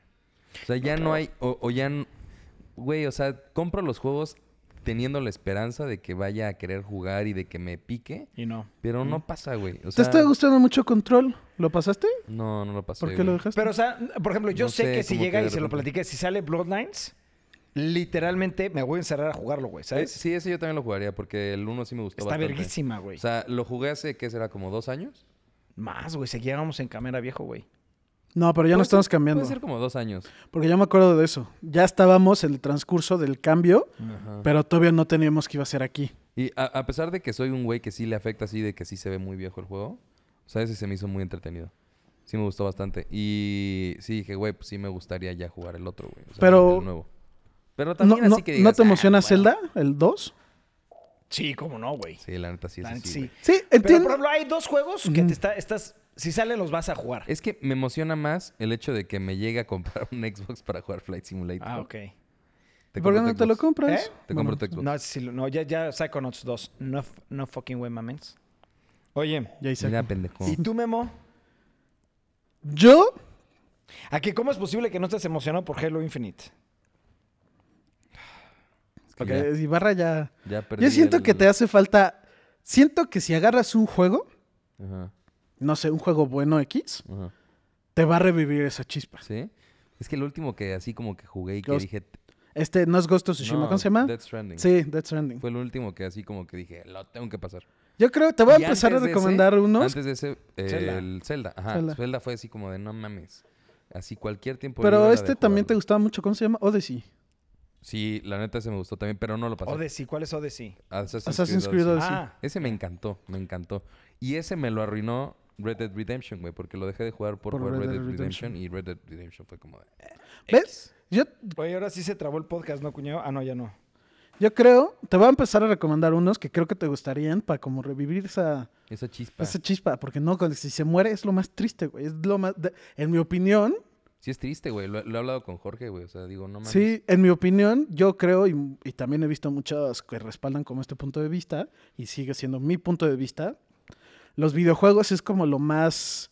[SPEAKER 3] O sea, ya no hay, o, o ya, n- güey, o sea, compro los juegos teniendo la esperanza de que vaya a querer jugar y de que me pique,
[SPEAKER 1] Y no.
[SPEAKER 3] pero no pasa, güey. O
[SPEAKER 2] ¿Te
[SPEAKER 3] sea,
[SPEAKER 2] está gustando mucho Control? ¿Lo pasaste?
[SPEAKER 3] No, no lo pasé.
[SPEAKER 2] ¿Por qué lo
[SPEAKER 3] güey.
[SPEAKER 2] dejaste?
[SPEAKER 1] Pero, o sea, por ejemplo, yo
[SPEAKER 3] No
[SPEAKER 1] sé,
[SPEAKER 3] sé,
[SPEAKER 1] que si
[SPEAKER 3] como
[SPEAKER 1] llega
[SPEAKER 3] que
[SPEAKER 1] y
[SPEAKER 3] de
[SPEAKER 1] se lo
[SPEAKER 3] repente-
[SPEAKER 1] platiqué, si sale Bloodlines, literalmente me voy a encerrar a jugarlo, güey,
[SPEAKER 3] Eh,
[SPEAKER 1] ¿sabes?
[SPEAKER 3] Sí, ese yo también lo jugaría porque el uno sí me gustó
[SPEAKER 1] Está
[SPEAKER 3] bastante.
[SPEAKER 1] verguísima, güey.
[SPEAKER 3] O sea, lo jugué hace, ¿qué será? ¿Como dos años?
[SPEAKER 1] Más, güey, seguíamos en cámara viejo, güey.
[SPEAKER 2] No, pero ya no
[SPEAKER 3] Puede ser-
[SPEAKER 2] estamos cambiando.
[SPEAKER 3] Puede ser como dos años.
[SPEAKER 2] Porque yo me acuerdo de eso. Ya estábamos en el transcurso del cambio,
[SPEAKER 3] Ajá.
[SPEAKER 2] pero todavía no teníamos que iba a ser aquí.
[SPEAKER 3] Y a, a pesar de que soy un güey que sí le afecta así, de que sí se ve muy viejo el juego, o sea, ese se me hizo muy entretenido. Sí me gustó bastante. Y sí dije, güey, pues sí me gustaría ya jugar el otro, güey. O sea,
[SPEAKER 2] Pero-
[SPEAKER 3] el nuevo. Pero
[SPEAKER 2] ¿No,
[SPEAKER 3] también
[SPEAKER 2] no-
[SPEAKER 3] así que
[SPEAKER 2] ¿no
[SPEAKER 3] digas,
[SPEAKER 2] te
[SPEAKER 3] "Ah,
[SPEAKER 2] emociona
[SPEAKER 3] bueno".
[SPEAKER 2] Zelda, el 2?
[SPEAKER 1] Sí, cómo no, güey.
[SPEAKER 3] Sí, la neta sí es
[SPEAKER 1] La neta,
[SPEAKER 3] así,
[SPEAKER 1] sí.
[SPEAKER 3] güey.
[SPEAKER 2] Sí,
[SPEAKER 1] Pero,
[SPEAKER 2] entiendo.
[SPEAKER 1] por ejemplo, hay dos juegos que
[SPEAKER 2] Ujú.
[SPEAKER 1] te está- estás... Si salen, los vas a jugar.
[SPEAKER 3] Es que me emociona más el hecho de que me llegue a comprar un Xbox para jugar Flight Simulator.
[SPEAKER 1] Ah, ok.
[SPEAKER 2] ¿Por qué
[SPEAKER 3] compro
[SPEAKER 2] no
[SPEAKER 3] tu
[SPEAKER 2] te lo
[SPEAKER 3] Xbox.
[SPEAKER 2] compras?
[SPEAKER 1] ¿Eh?
[SPEAKER 3] Te
[SPEAKER 2] Bueno,
[SPEAKER 3] compro tu Xbox.
[SPEAKER 1] No, sí, no ya, ya Psychonauts 2. No, f- no fucking way, mamens. Oye,
[SPEAKER 2] ya hice
[SPEAKER 3] Mira,
[SPEAKER 2] algo.
[SPEAKER 3] pendejo.
[SPEAKER 1] ¿y tú, Memo?
[SPEAKER 2] Yo,
[SPEAKER 1] ¿A que cómo es posible que no estés emocionado por Halo Infinite?
[SPEAKER 3] Es que
[SPEAKER 2] Ok,
[SPEAKER 3] ya-
[SPEAKER 2] Ibarra ya.
[SPEAKER 3] ya perdí
[SPEAKER 2] Yo siento
[SPEAKER 3] el-
[SPEAKER 2] que te hace falta. Siento que si agarras un juego,
[SPEAKER 3] Ajá,
[SPEAKER 2] no sé, un juego bueno X,
[SPEAKER 3] ajá.
[SPEAKER 2] te va a revivir esa chispa.
[SPEAKER 3] ¿Sí? Es que el último que así como que jugué y que
[SPEAKER 2] Ghost-
[SPEAKER 3] dije...
[SPEAKER 2] Este no es Ghost of Tsushima,
[SPEAKER 3] no,
[SPEAKER 2] ¿cómo se llama?
[SPEAKER 3] Death Stranding.
[SPEAKER 2] Sí, Death Stranding.
[SPEAKER 3] Fue el último que así como que dije, lo tengo que pasar.
[SPEAKER 2] Yo creo, te voy a
[SPEAKER 3] Y
[SPEAKER 2] empezar a
[SPEAKER 3] antes de ese-
[SPEAKER 2] recomendar unos,
[SPEAKER 3] Antes de ese, eh,
[SPEAKER 1] Zelda.
[SPEAKER 3] el Zelda. Ajá,
[SPEAKER 2] Zelda.
[SPEAKER 3] Zelda. fue así como de no mames. Así cualquier tiempo. libre
[SPEAKER 2] pero
[SPEAKER 3] era
[SPEAKER 2] este
[SPEAKER 3] de
[SPEAKER 2] también te
[SPEAKER 3] jugarlo.
[SPEAKER 2] gustaba mucho, ¿cómo se llama? Odyssey.
[SPEAKER 3] Sí, la neta se me gustó también, pero no lo pasé.
[SPEAKER 1] Odyssey, ¿cuál es Odyssey?
[SPEAKER 3] Assassin's,
[SPEAKER 2] Oh, Assassin's
[SPEAKER 3] Creed
[SPEAKER 2] Creed
[SPEAKER 3] Odyssey.
[SPEAKER 2] Odyssey.
[SPEAKER 1] Ah.
[SPEAKER 3] Ese me encantó, me encantó. Y ese me lo arruinó Red Dead Redemption, güey, porque lo dejé de jugar por, jugar Red, Dead Redemption, y Red Dead Redemption fue como de...
[SPEAKER 2] ¿Ves? Yo,
[SPEAKER 1] Oye, ahora sí se trabó el podcast, ¿no, cuñado? Ah, no, ya no.
[SPEAKER 2] yo creo, te voy a empezar a recomendar unos que creo que te gustarían para como revivir esa,
[SPEAKER 3] Esa chispa.
[SPEAKER 2] esa chispa, porque no, cuando- si se muere es lo más triste, güey. Es lo más, de- en mi opinión,
[SPEAKER 3] Sí es triste, güey. Lo, lo he hablado con Jorge, güey. O sea, digo, no mames.
[SPEAKER 2] Sí, en mi opinión, yo creo, y, y también he visto muchos que respaldan como este punto de vista, y sigue siendo mi punto de vista, los videojuegos es como lo más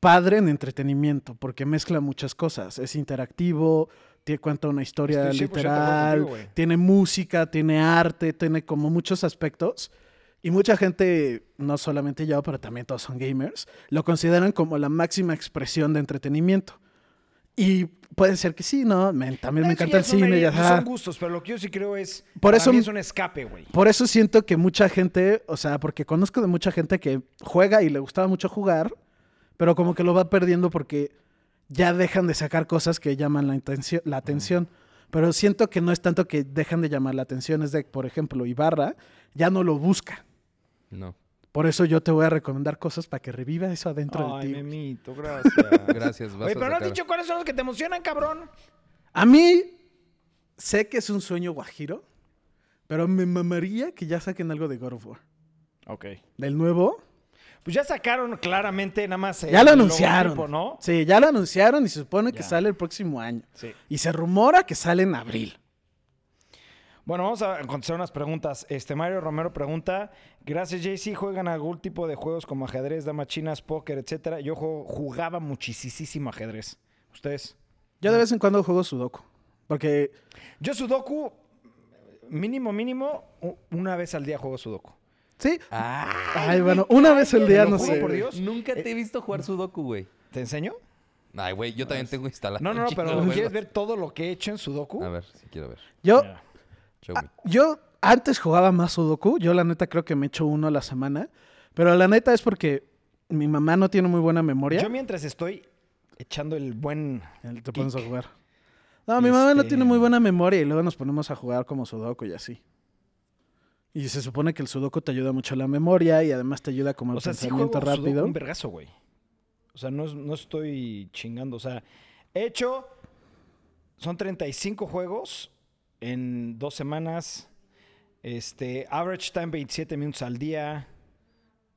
[SPEAKER 2] padre en entretenimiento, porque mezcla muchas cosas. Es interactivo, te cuenta una historia
[SPEAKER 1] Estoy 100% de acuerdo
[SPEAKER 2] literal,
[SPEAKER 1] contigo, güey.
[SPEAKER 2] tiene música, tiene arte, tiene como muchos aspectos. Y mucha gente, no solamente yo, pero también todos son gamers, lo consideran como la máxima expresión de entretenimiento. Y puede ser que sí, ¿no? Me- también me
[SPEAKER 1] Eso
[SPEAKER 2] encanta
[SPEAKER 1] ya
[SPEAKER 2] el
[SPEAKER 1] son
[SPEAKER 2] cine.
[SPEAKER 1] ahí,
[SPEAKER 2] ya,
[SPEAKER 1] pues,
[SPEAKER 2] ajá.
[SPEAKER 1] Son gustos, pero lo que yo sí creo es...
[SPEAKER 2] Por
[SPEAKER 1] para
[SPEAKER 2] eso-
[SPEAKER 1] mí es un escape, güey.
[SPEAKER 2] Por eso siento que mucha gente, o sea, porque conozco de mucha gente que juega y le gustaba mucho jugar, pero como que lo va perdiendo porque ya dejan de sacar cosas que llaman la, intencio- la atención. Pero siento que no es tanto que dejan de llamar la atención, es de, por ejemplo, Ibarra ya no lo busca.
[SPEAKER 3] No.
[SPEAKER 2] Por eso yo te voy a recomendar cosas para que reviva eso adentro
[SPEAKER 1] Ay,
[SPEAKER 2] de ti.
[SPEAKER 1] memito, gracias.
[SPEAKER 3] Gracias, vas
[SPEAKER 1] Oye,
[SPEAKER 3] a
[SPEAKER 1] pero no has
[SPEAKER 3] sacar-
[SPEAKER 1] dicho cuáles son los que te emocionan, cabrón.
[SPEAKER 2] A mí sé que es un sueño guajiro, pero me mamaría que ya saquen algo de God of War.
[SPEAKER 1] Ok.
[SPEAKER 2] Del nuevo,
[SPEAKER 1] Pues ya sacaron claramente nada más... eh,
[SPEAKER 2] Ya lo
[SPEAKER 1] el
[SPEAKER 2] anunciaron.
[SPEAKER 1] logotipo, ¿no?
[SPEAKER 2] Sí, ya lo anunciaron y se supone que
[SPEAKER 1] Ya.
[SPEAKER 2] sale el próximo año.
[SPEAKER 1] Sí.
[SPEAKER 2] Y se rumora que sale en abril.
[SPEAKER 1] Bueno, vamos a contestar unas preguntas. Este Mario Romero pregunta: Gracias, JC. ¿Juegan algún tipo de juegos como ajedrez, damas chinas, póker, etcétera? Yo ju- jugaba muchísimo ajedrez. ¿Ustedes?
[SPEAKER 2] Yo
[SPEAKER 1] Ah.
[SPEAKER 2] de vez en cuando juego Sudoku. Porque
[SPEAKER 1] Yo, Sudoku, mínimo, mínimo, u- una vez al día juego Sudoku.
[SPEAKER 2] sí.
[SPEAKER 3] Ah,
[SPEAKER 2] Ay, bueno, una vez al día
[SPEAKER 1] lo
[SPEAKER 2] no
[SPEAKER 1] juro
[SPEAKER 2] sé.
[SPEAKER 1] por Dios. Eh,
[SPEAKER 3] Nunca te he visto jugar Sudoku, güey.
[SPEAKER 1] ¿Te enseño?
[SPEAKER 3] Ay, güey, yo también tengo instalado.
[SPEAKER 1] No, no,
[SPEAKER 3] un
[SPEAKER 1] no,
[SPEAKER 3] chingo de
[SPEAKER 1] pero
[SPEAKER 3] juegos.
[SPEAKER 1] ¿quieres ver todo lo que he hecho en Sudoku?
[SPEAKER 3] A ver, sí quiero ver.
[SPEAKER 2] Yo,
[SPEAKER 1] Ya.
[SPEAKER 3] Show
[SPEAKER 1] Ah.
[SPEAKER 3] me.
[SPEAKER 2] a- yo antes jugaba más Sudoku. Yo la neta creo que me echo uno a la semana. Pero la neta es porque mi mamá no tiene muy buena memoria.
[SPEAKER 1] Yo, mientras estoy echando el buen.
[SPEAKER 2] El- Te
[SPEAKER 1] kick.
[SPEAKER 2] pones a jugar. No, mi mamá no
[SPEAKER 1] Este-
[SPEAKER 2] tiene muy buena memoria y luego nos ponemos a jugar como Sudoku y así. Y se supone que el Sudoku te ayuda mucho a la memoria y además te ayuda como al
[SPEAKER 1] O sea, sí juego
[SPEAKER 2] pensamiento
[SPEAKER 1] Sudoku
[SPEAKER 2] rápido.
[SPEAKER 1] un vergazo, güey. O sea, no, es- no estoy chingando. O sea, he hecho... Son 35 juegos en dos semanas. Este, average time 27 minutos al día.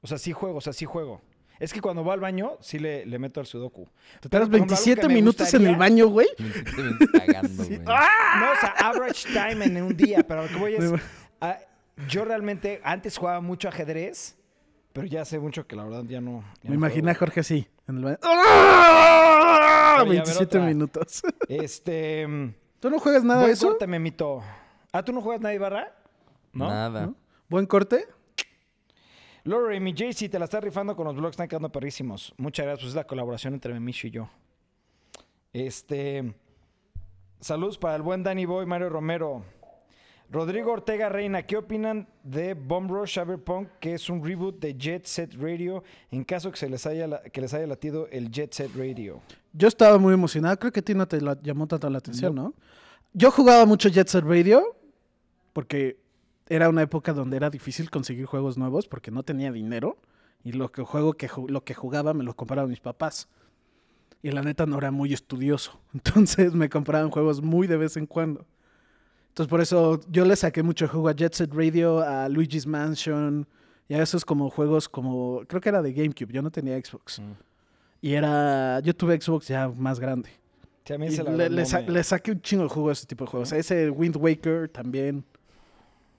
[SPEAKER 1] O sea, sí juego, o sea, sí juego. Es que cuando voy al baño, sí le, le meto al sudoku.
[SPEAKER 2] Te
[SPEAKER 1] Pero,
[SPEAKER 2] tardas
[SPEAKER 1] por ejemplo, algo que
[SPEAKER 2] 27
[SPEAKER 1] me
[SPEAKER 2] minutos en el
[SPEAKER 1] gustaría-
[SPEAKER 2] baño, güey.
[SPEAKER 3] Te ven cagando, güey.
[SPEAKER 1] Ah, No, o sea, average time en un día. Pero lo que voy es...
[SPEAKER 2] Muy bueno.
[SPEAKER 1] a- Yo realmente antes jugaba mucho ajedrez, pero ya hace mucho que la verdad ya no. ya
[SPEAKER 2] Me
[SPEAKER 1] no
[SPEAKER 2] imagino a
[SPEAKER 1] juego.
[SPEAKER 2] Jorge así. En el baño.
[SPEAKER 1] a ver
[SPEAKER 2] 27
[SPEAKER 1] otra.
[SPEAKER 2] Ah, minutos.
[SPEAKER 1] Este. mm,
[SPEAKER 2] ¿Tú no juegas nada de
[SPEAKER 1] Buen
[SPEAKER 2] eso?
[SPEAKER 1] corte, Memito. Ah, ¿tú no juegas nadie barra? ¿No?
[SPEAKER 3] Nada.
[SPEAKER 2] ¿No? ¿Buen corte?
[SPEAKER 1] Lore, mi JC, te la estás rifando con los blogs, están quedando perrísimos. Muchas gracias, pues es la colaboración entre Memicho y yo. Este. Saludos para el buen Danny Boy, Mario Romero. Rodrigo Ortega Reina, ¿qué opinan de Bomb Rush Cyberpunk, que es un reboot de Jet Set Radio, en caso que, se les haya la- que les haya latido el Jet Set Radio?
[SPEAKER 2] Yo estaba muy emocionado. Creo que a ti no te la- llamó tanto la atención, ¿no? Yo jugaba mucho Jet Set Radio porque era una época donde era difícil conseguir juegos nuevos porque no tenía dinero y lo que juego que ju- lo que jugaba me lo compraban mis papás. Y la neta no era muy estudioso, entonces me compraban juegos muy de vez en cuando. Entonces por eso yo le saqué mucho juego a Jet Set Radio, a Luigi's Mansion y a esos como juegos como creo que era de GameCube, yo no tenía Xbox. Y era. Yo tuve Xbox ya más grande.
[SPEAKER 1] Sí, a mí
[SPEAKER 2] Y
[SPEAKER 1] ese, la
[SPEAKER 2] le,
[SPEAKER 1] verdad,
[SPEAKER 2] le
[SPEAKER 1] no
[SPEAKER 2] sa-
[SPEAKER 1] me-
[SPEAKER 2] le saqué un chingo de jugo a ese tipo de juegos. Ese Wind Waker también.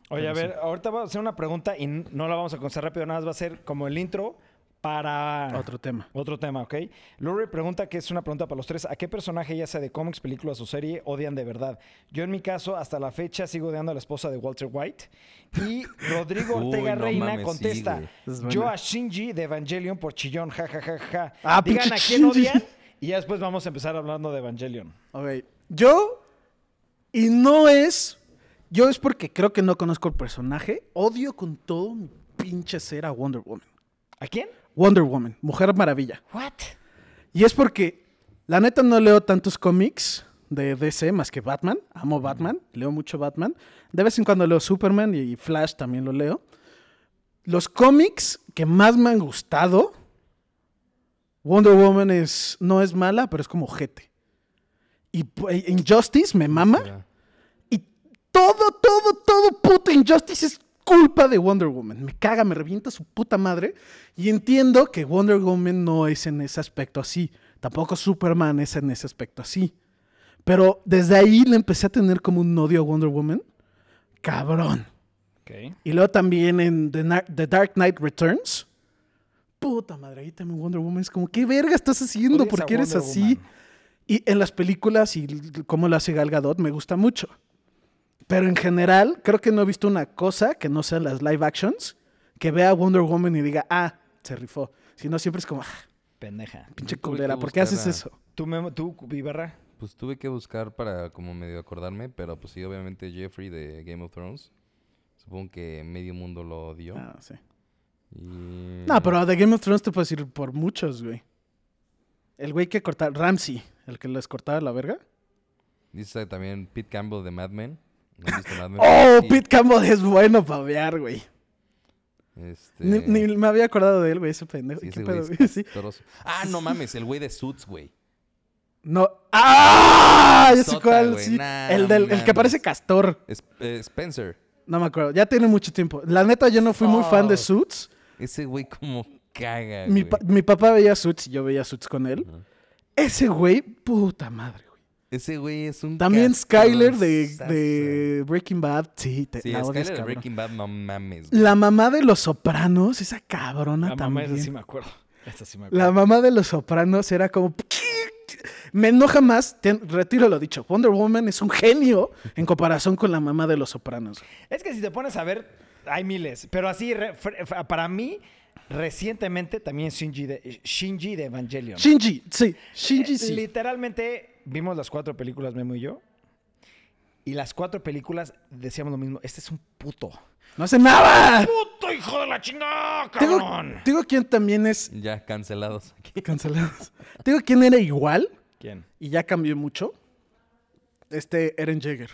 [SPEAKER 1] Oye, a
[SPEAKER 2] Pero
[SPEAKER 1] ver, ahorita voy a hacer una pregunta y n- no la vamos a contestar rápido, nada más va a ser como el intro para
[SPEAKER 2] Otro tema.
[SPEAKER 1] otro tema, ¿ok? Lori pregunta, que es una pregunta para los tres, ¿a qué personaje, ya sea de cómics, películas o serie, odian de verdad? Yo en mi caso, hasta la fecha, sigo odiando a la esposa de Walter White. Y Rodrigo
[SPEAKER 3] Uy,
[SPEAKER 1] Ortega
[SPEAKER 3] no
[SPEAKER 1] Reina
[SPEAKER 3] mames, sí,
[SPEAKER 1] contesta,
[SPEAKER 3] güey.
[SPEAKER 2] Es buena.
[SPEAKER 1] yo a Shinji de Evangelion por chillón, ja, ja, ja, ja.
[SPEAKER 2] Ah,
[SPEAKER 1] Digan
[SPEAKER 2] pinche
[SPEAKER 1] a quién
[SPEAKER 2] Shinji.
[SPEAKER 1] odian y ya después vamos a empezar hablando de Evangelion.
[SPEAKER 2] Ok. Yo. Y no es. Yo es porque creo que no conozco el personaje. Odio con todo mi pinche ser a Wonder Woman.
[SPEAKER 1] ¿A quién?
[SPEAKER 2] Wonder Woman, Mujer Maravilla.
[SPEAKER 1] ¿What?
[SPEAKER 2] Y es porque, la neta, no leo tantos cómics de DC más que Batman. Amo Batman, leo mucho Batman. De vez en cuando leo Superman y Flash también lo leo. Los cómics que más me han gustado, Wonder Woman es, no es mala, pero es como jete. Y pues, Injustice me mama.
[SPEAKER 1] ¿Ah?
[SPEAKER 3] Ya.
[SPEAKER 2] Y todo, todo, todo puto Injustice es culpa de Wonder Woman. Me caga, me revienta su puta madre. Y entiendo que Wonder Woman no es en ese aspecto así. Tampoco Superman es en ese aspecto así. Pero desde ahí le empecé a tener como un odio a Wonder Woman. Cabrón.
[SPEAKER 1] Ok.
[SPEAKER 2] Y luego también en The, Na- The Dark Knight Returns. Puta madre, ahí también Wonder Woman es como, ¿qué verga estás haciendo?
[SPEAKER 1] Odias
[SPEAKER 2] ¿Por
[SPEAKER 1] a
[SPEAKER 2] qué eres
[SPEAKER 1] Wonder
[SPEAKER 2] así?
[SPEAKER 1] Woman.
[SPEAKER 2] Y en las películas y l- cómo lo hace Gal Gadot me gusta mucho. Pero en general, creo que no he visto una cosa que no sean las live actions que vea a Wonder Woman y diga, ah, se rifó. Si no, siempre es como, ah,
[SPEAKER 1] Pendeja.
[SPEAKER 2] pinche
[SPEAKER 3] Yo tuve que
[SPEAKER 2] culera, ¿por qué
[SPEAKER 3] buscar
[SPEAKER 2] haces
[SPEAKER 3] a-
[SPEAKER 2] eso?
[SPEAKER 1] ¿Tú, Memo- tú Ibarra?
[SPEAKER 3] Pues tuve que buscar para como medio acordarme, pero pues sí, obviamente Jeffrey de Game of Thrones. Supongo que medio mundo lo odió.
[SPEAKER 2] Ah, sí.
[SPEAKER 3] Y...
[SPEAKER 2] No, pero de Game of Thrones te puedes ir por muchos, güey. El güey que cortaba, Ramsey, el que les cortaba la verga.
[SPEAKER 3] Dice también Pete Campbell de Mad Men. ¿No has visto Mad Men?
[SPEAKER 2] Oh,
[SPEAKER 3] Sí.
[SPEAKER 2] Pete Campbell es bueno para vear, güey.
[SPEAKER 3] Este...
[SPEAKER 2] Ni, ni me había acordado de él, güey, ese pendejo.
[SPEAKER 3] sí,
[SPEAKER 2] ¿Qué
[SPEAKER 3] ese güey
[SPEAKER 2] pedo,
[SPEAKER 3] es
[SPEAKER 2] güey? Sí.
[SPEAKER 3] castroso. Ah, no mames, el güey de Suits, güey.
[SPEAKER 2] No. ¡Ah! Ya sé
[SPEAKER 3] Sota,
[SPEAKER 2] cuál,
[SPEAKER 3] güey,
[SPEAKER 2] sí.
[SPEAKER 3] nah,
[SPEAKER 2] el, del, el que
[SPEAKER 3] mames.
[SPEAKER 2] parece castor.
[SPEAKER 3] Es- eh, Spencer.
[SPEAKER 2] No me acuerdo. Ya tiene mucho tiempo. La neta, yo no fui muy fan de Suits.
[SPEAKER 3] Ese güey como caga,
[SPEAKER 2] Mi,
[SPEAKER 3] Oh. güey.
[SPEAKER 2] pa- mi papá veía Suits y yo veía Suits con él. Ese güey, puta madre, güey.
[SPEAKER 3] Ese güey es un
[SPEAKER 2] También Skyler de,
[SPEAKER 3] castrosazo.
[SPEAKER 2] de Breaking Bad. Sí, te,
[SPEAKER 3] Sí,
[SPEAKER 2] la odias,
[SPEAKER 3] Skyler de
[SPEAKER 2] cabrón.
[SPEAKER 3] Breaking Bad, no mames, güey.
[SPEAKER 2] La mamá de los sopranos, esa cabrona
[SPEAKER 1] La Ah, mamá,
[SPEAKER 2] también.
[SPEAKER 1] esa sí me acuerdo. Esa sí me acuerdo.
[SPEAKER 2] La mamá de los sopranos era como. Me enoja más, te- retiro lo dicho. Wonder Woman es un genio en comparación con la mamá de los sopranos.
[SPEAKER 1] Es que si te pones a ver, hay miles. Pero así, re- fre- fa- para mí, recientemente también Shinji de, Shinji de Evangelion.
[SPEAKER 2] Shinji, sí, Shinji
[SPEAKER 1] Eh,
[SPEAKER 2] sí.
[SPEAKER 1] Literalmente vimos las cuatro películas, Memo y yo. Y las cuatro películas decíamos lo mismo. Este es un puto.
[SPEAKER 2] No hace nada.
[SPEAKER 1] ¡Puto hijo de la chingada,
[SPEAKER 2] Ah. Tengo,
[SPEAKER 1] cabrón!
[SPEAKER 2] tengo quien también es.
[SPEAKER 3] Ya cancelados aquí.
[SPEAKER 2] Cancelados. Tengo quien era igual
[SPEAKER 1] ¿Quién?
[SPEAKER 2] y ya cambió mucho. Este Eren Jaeger.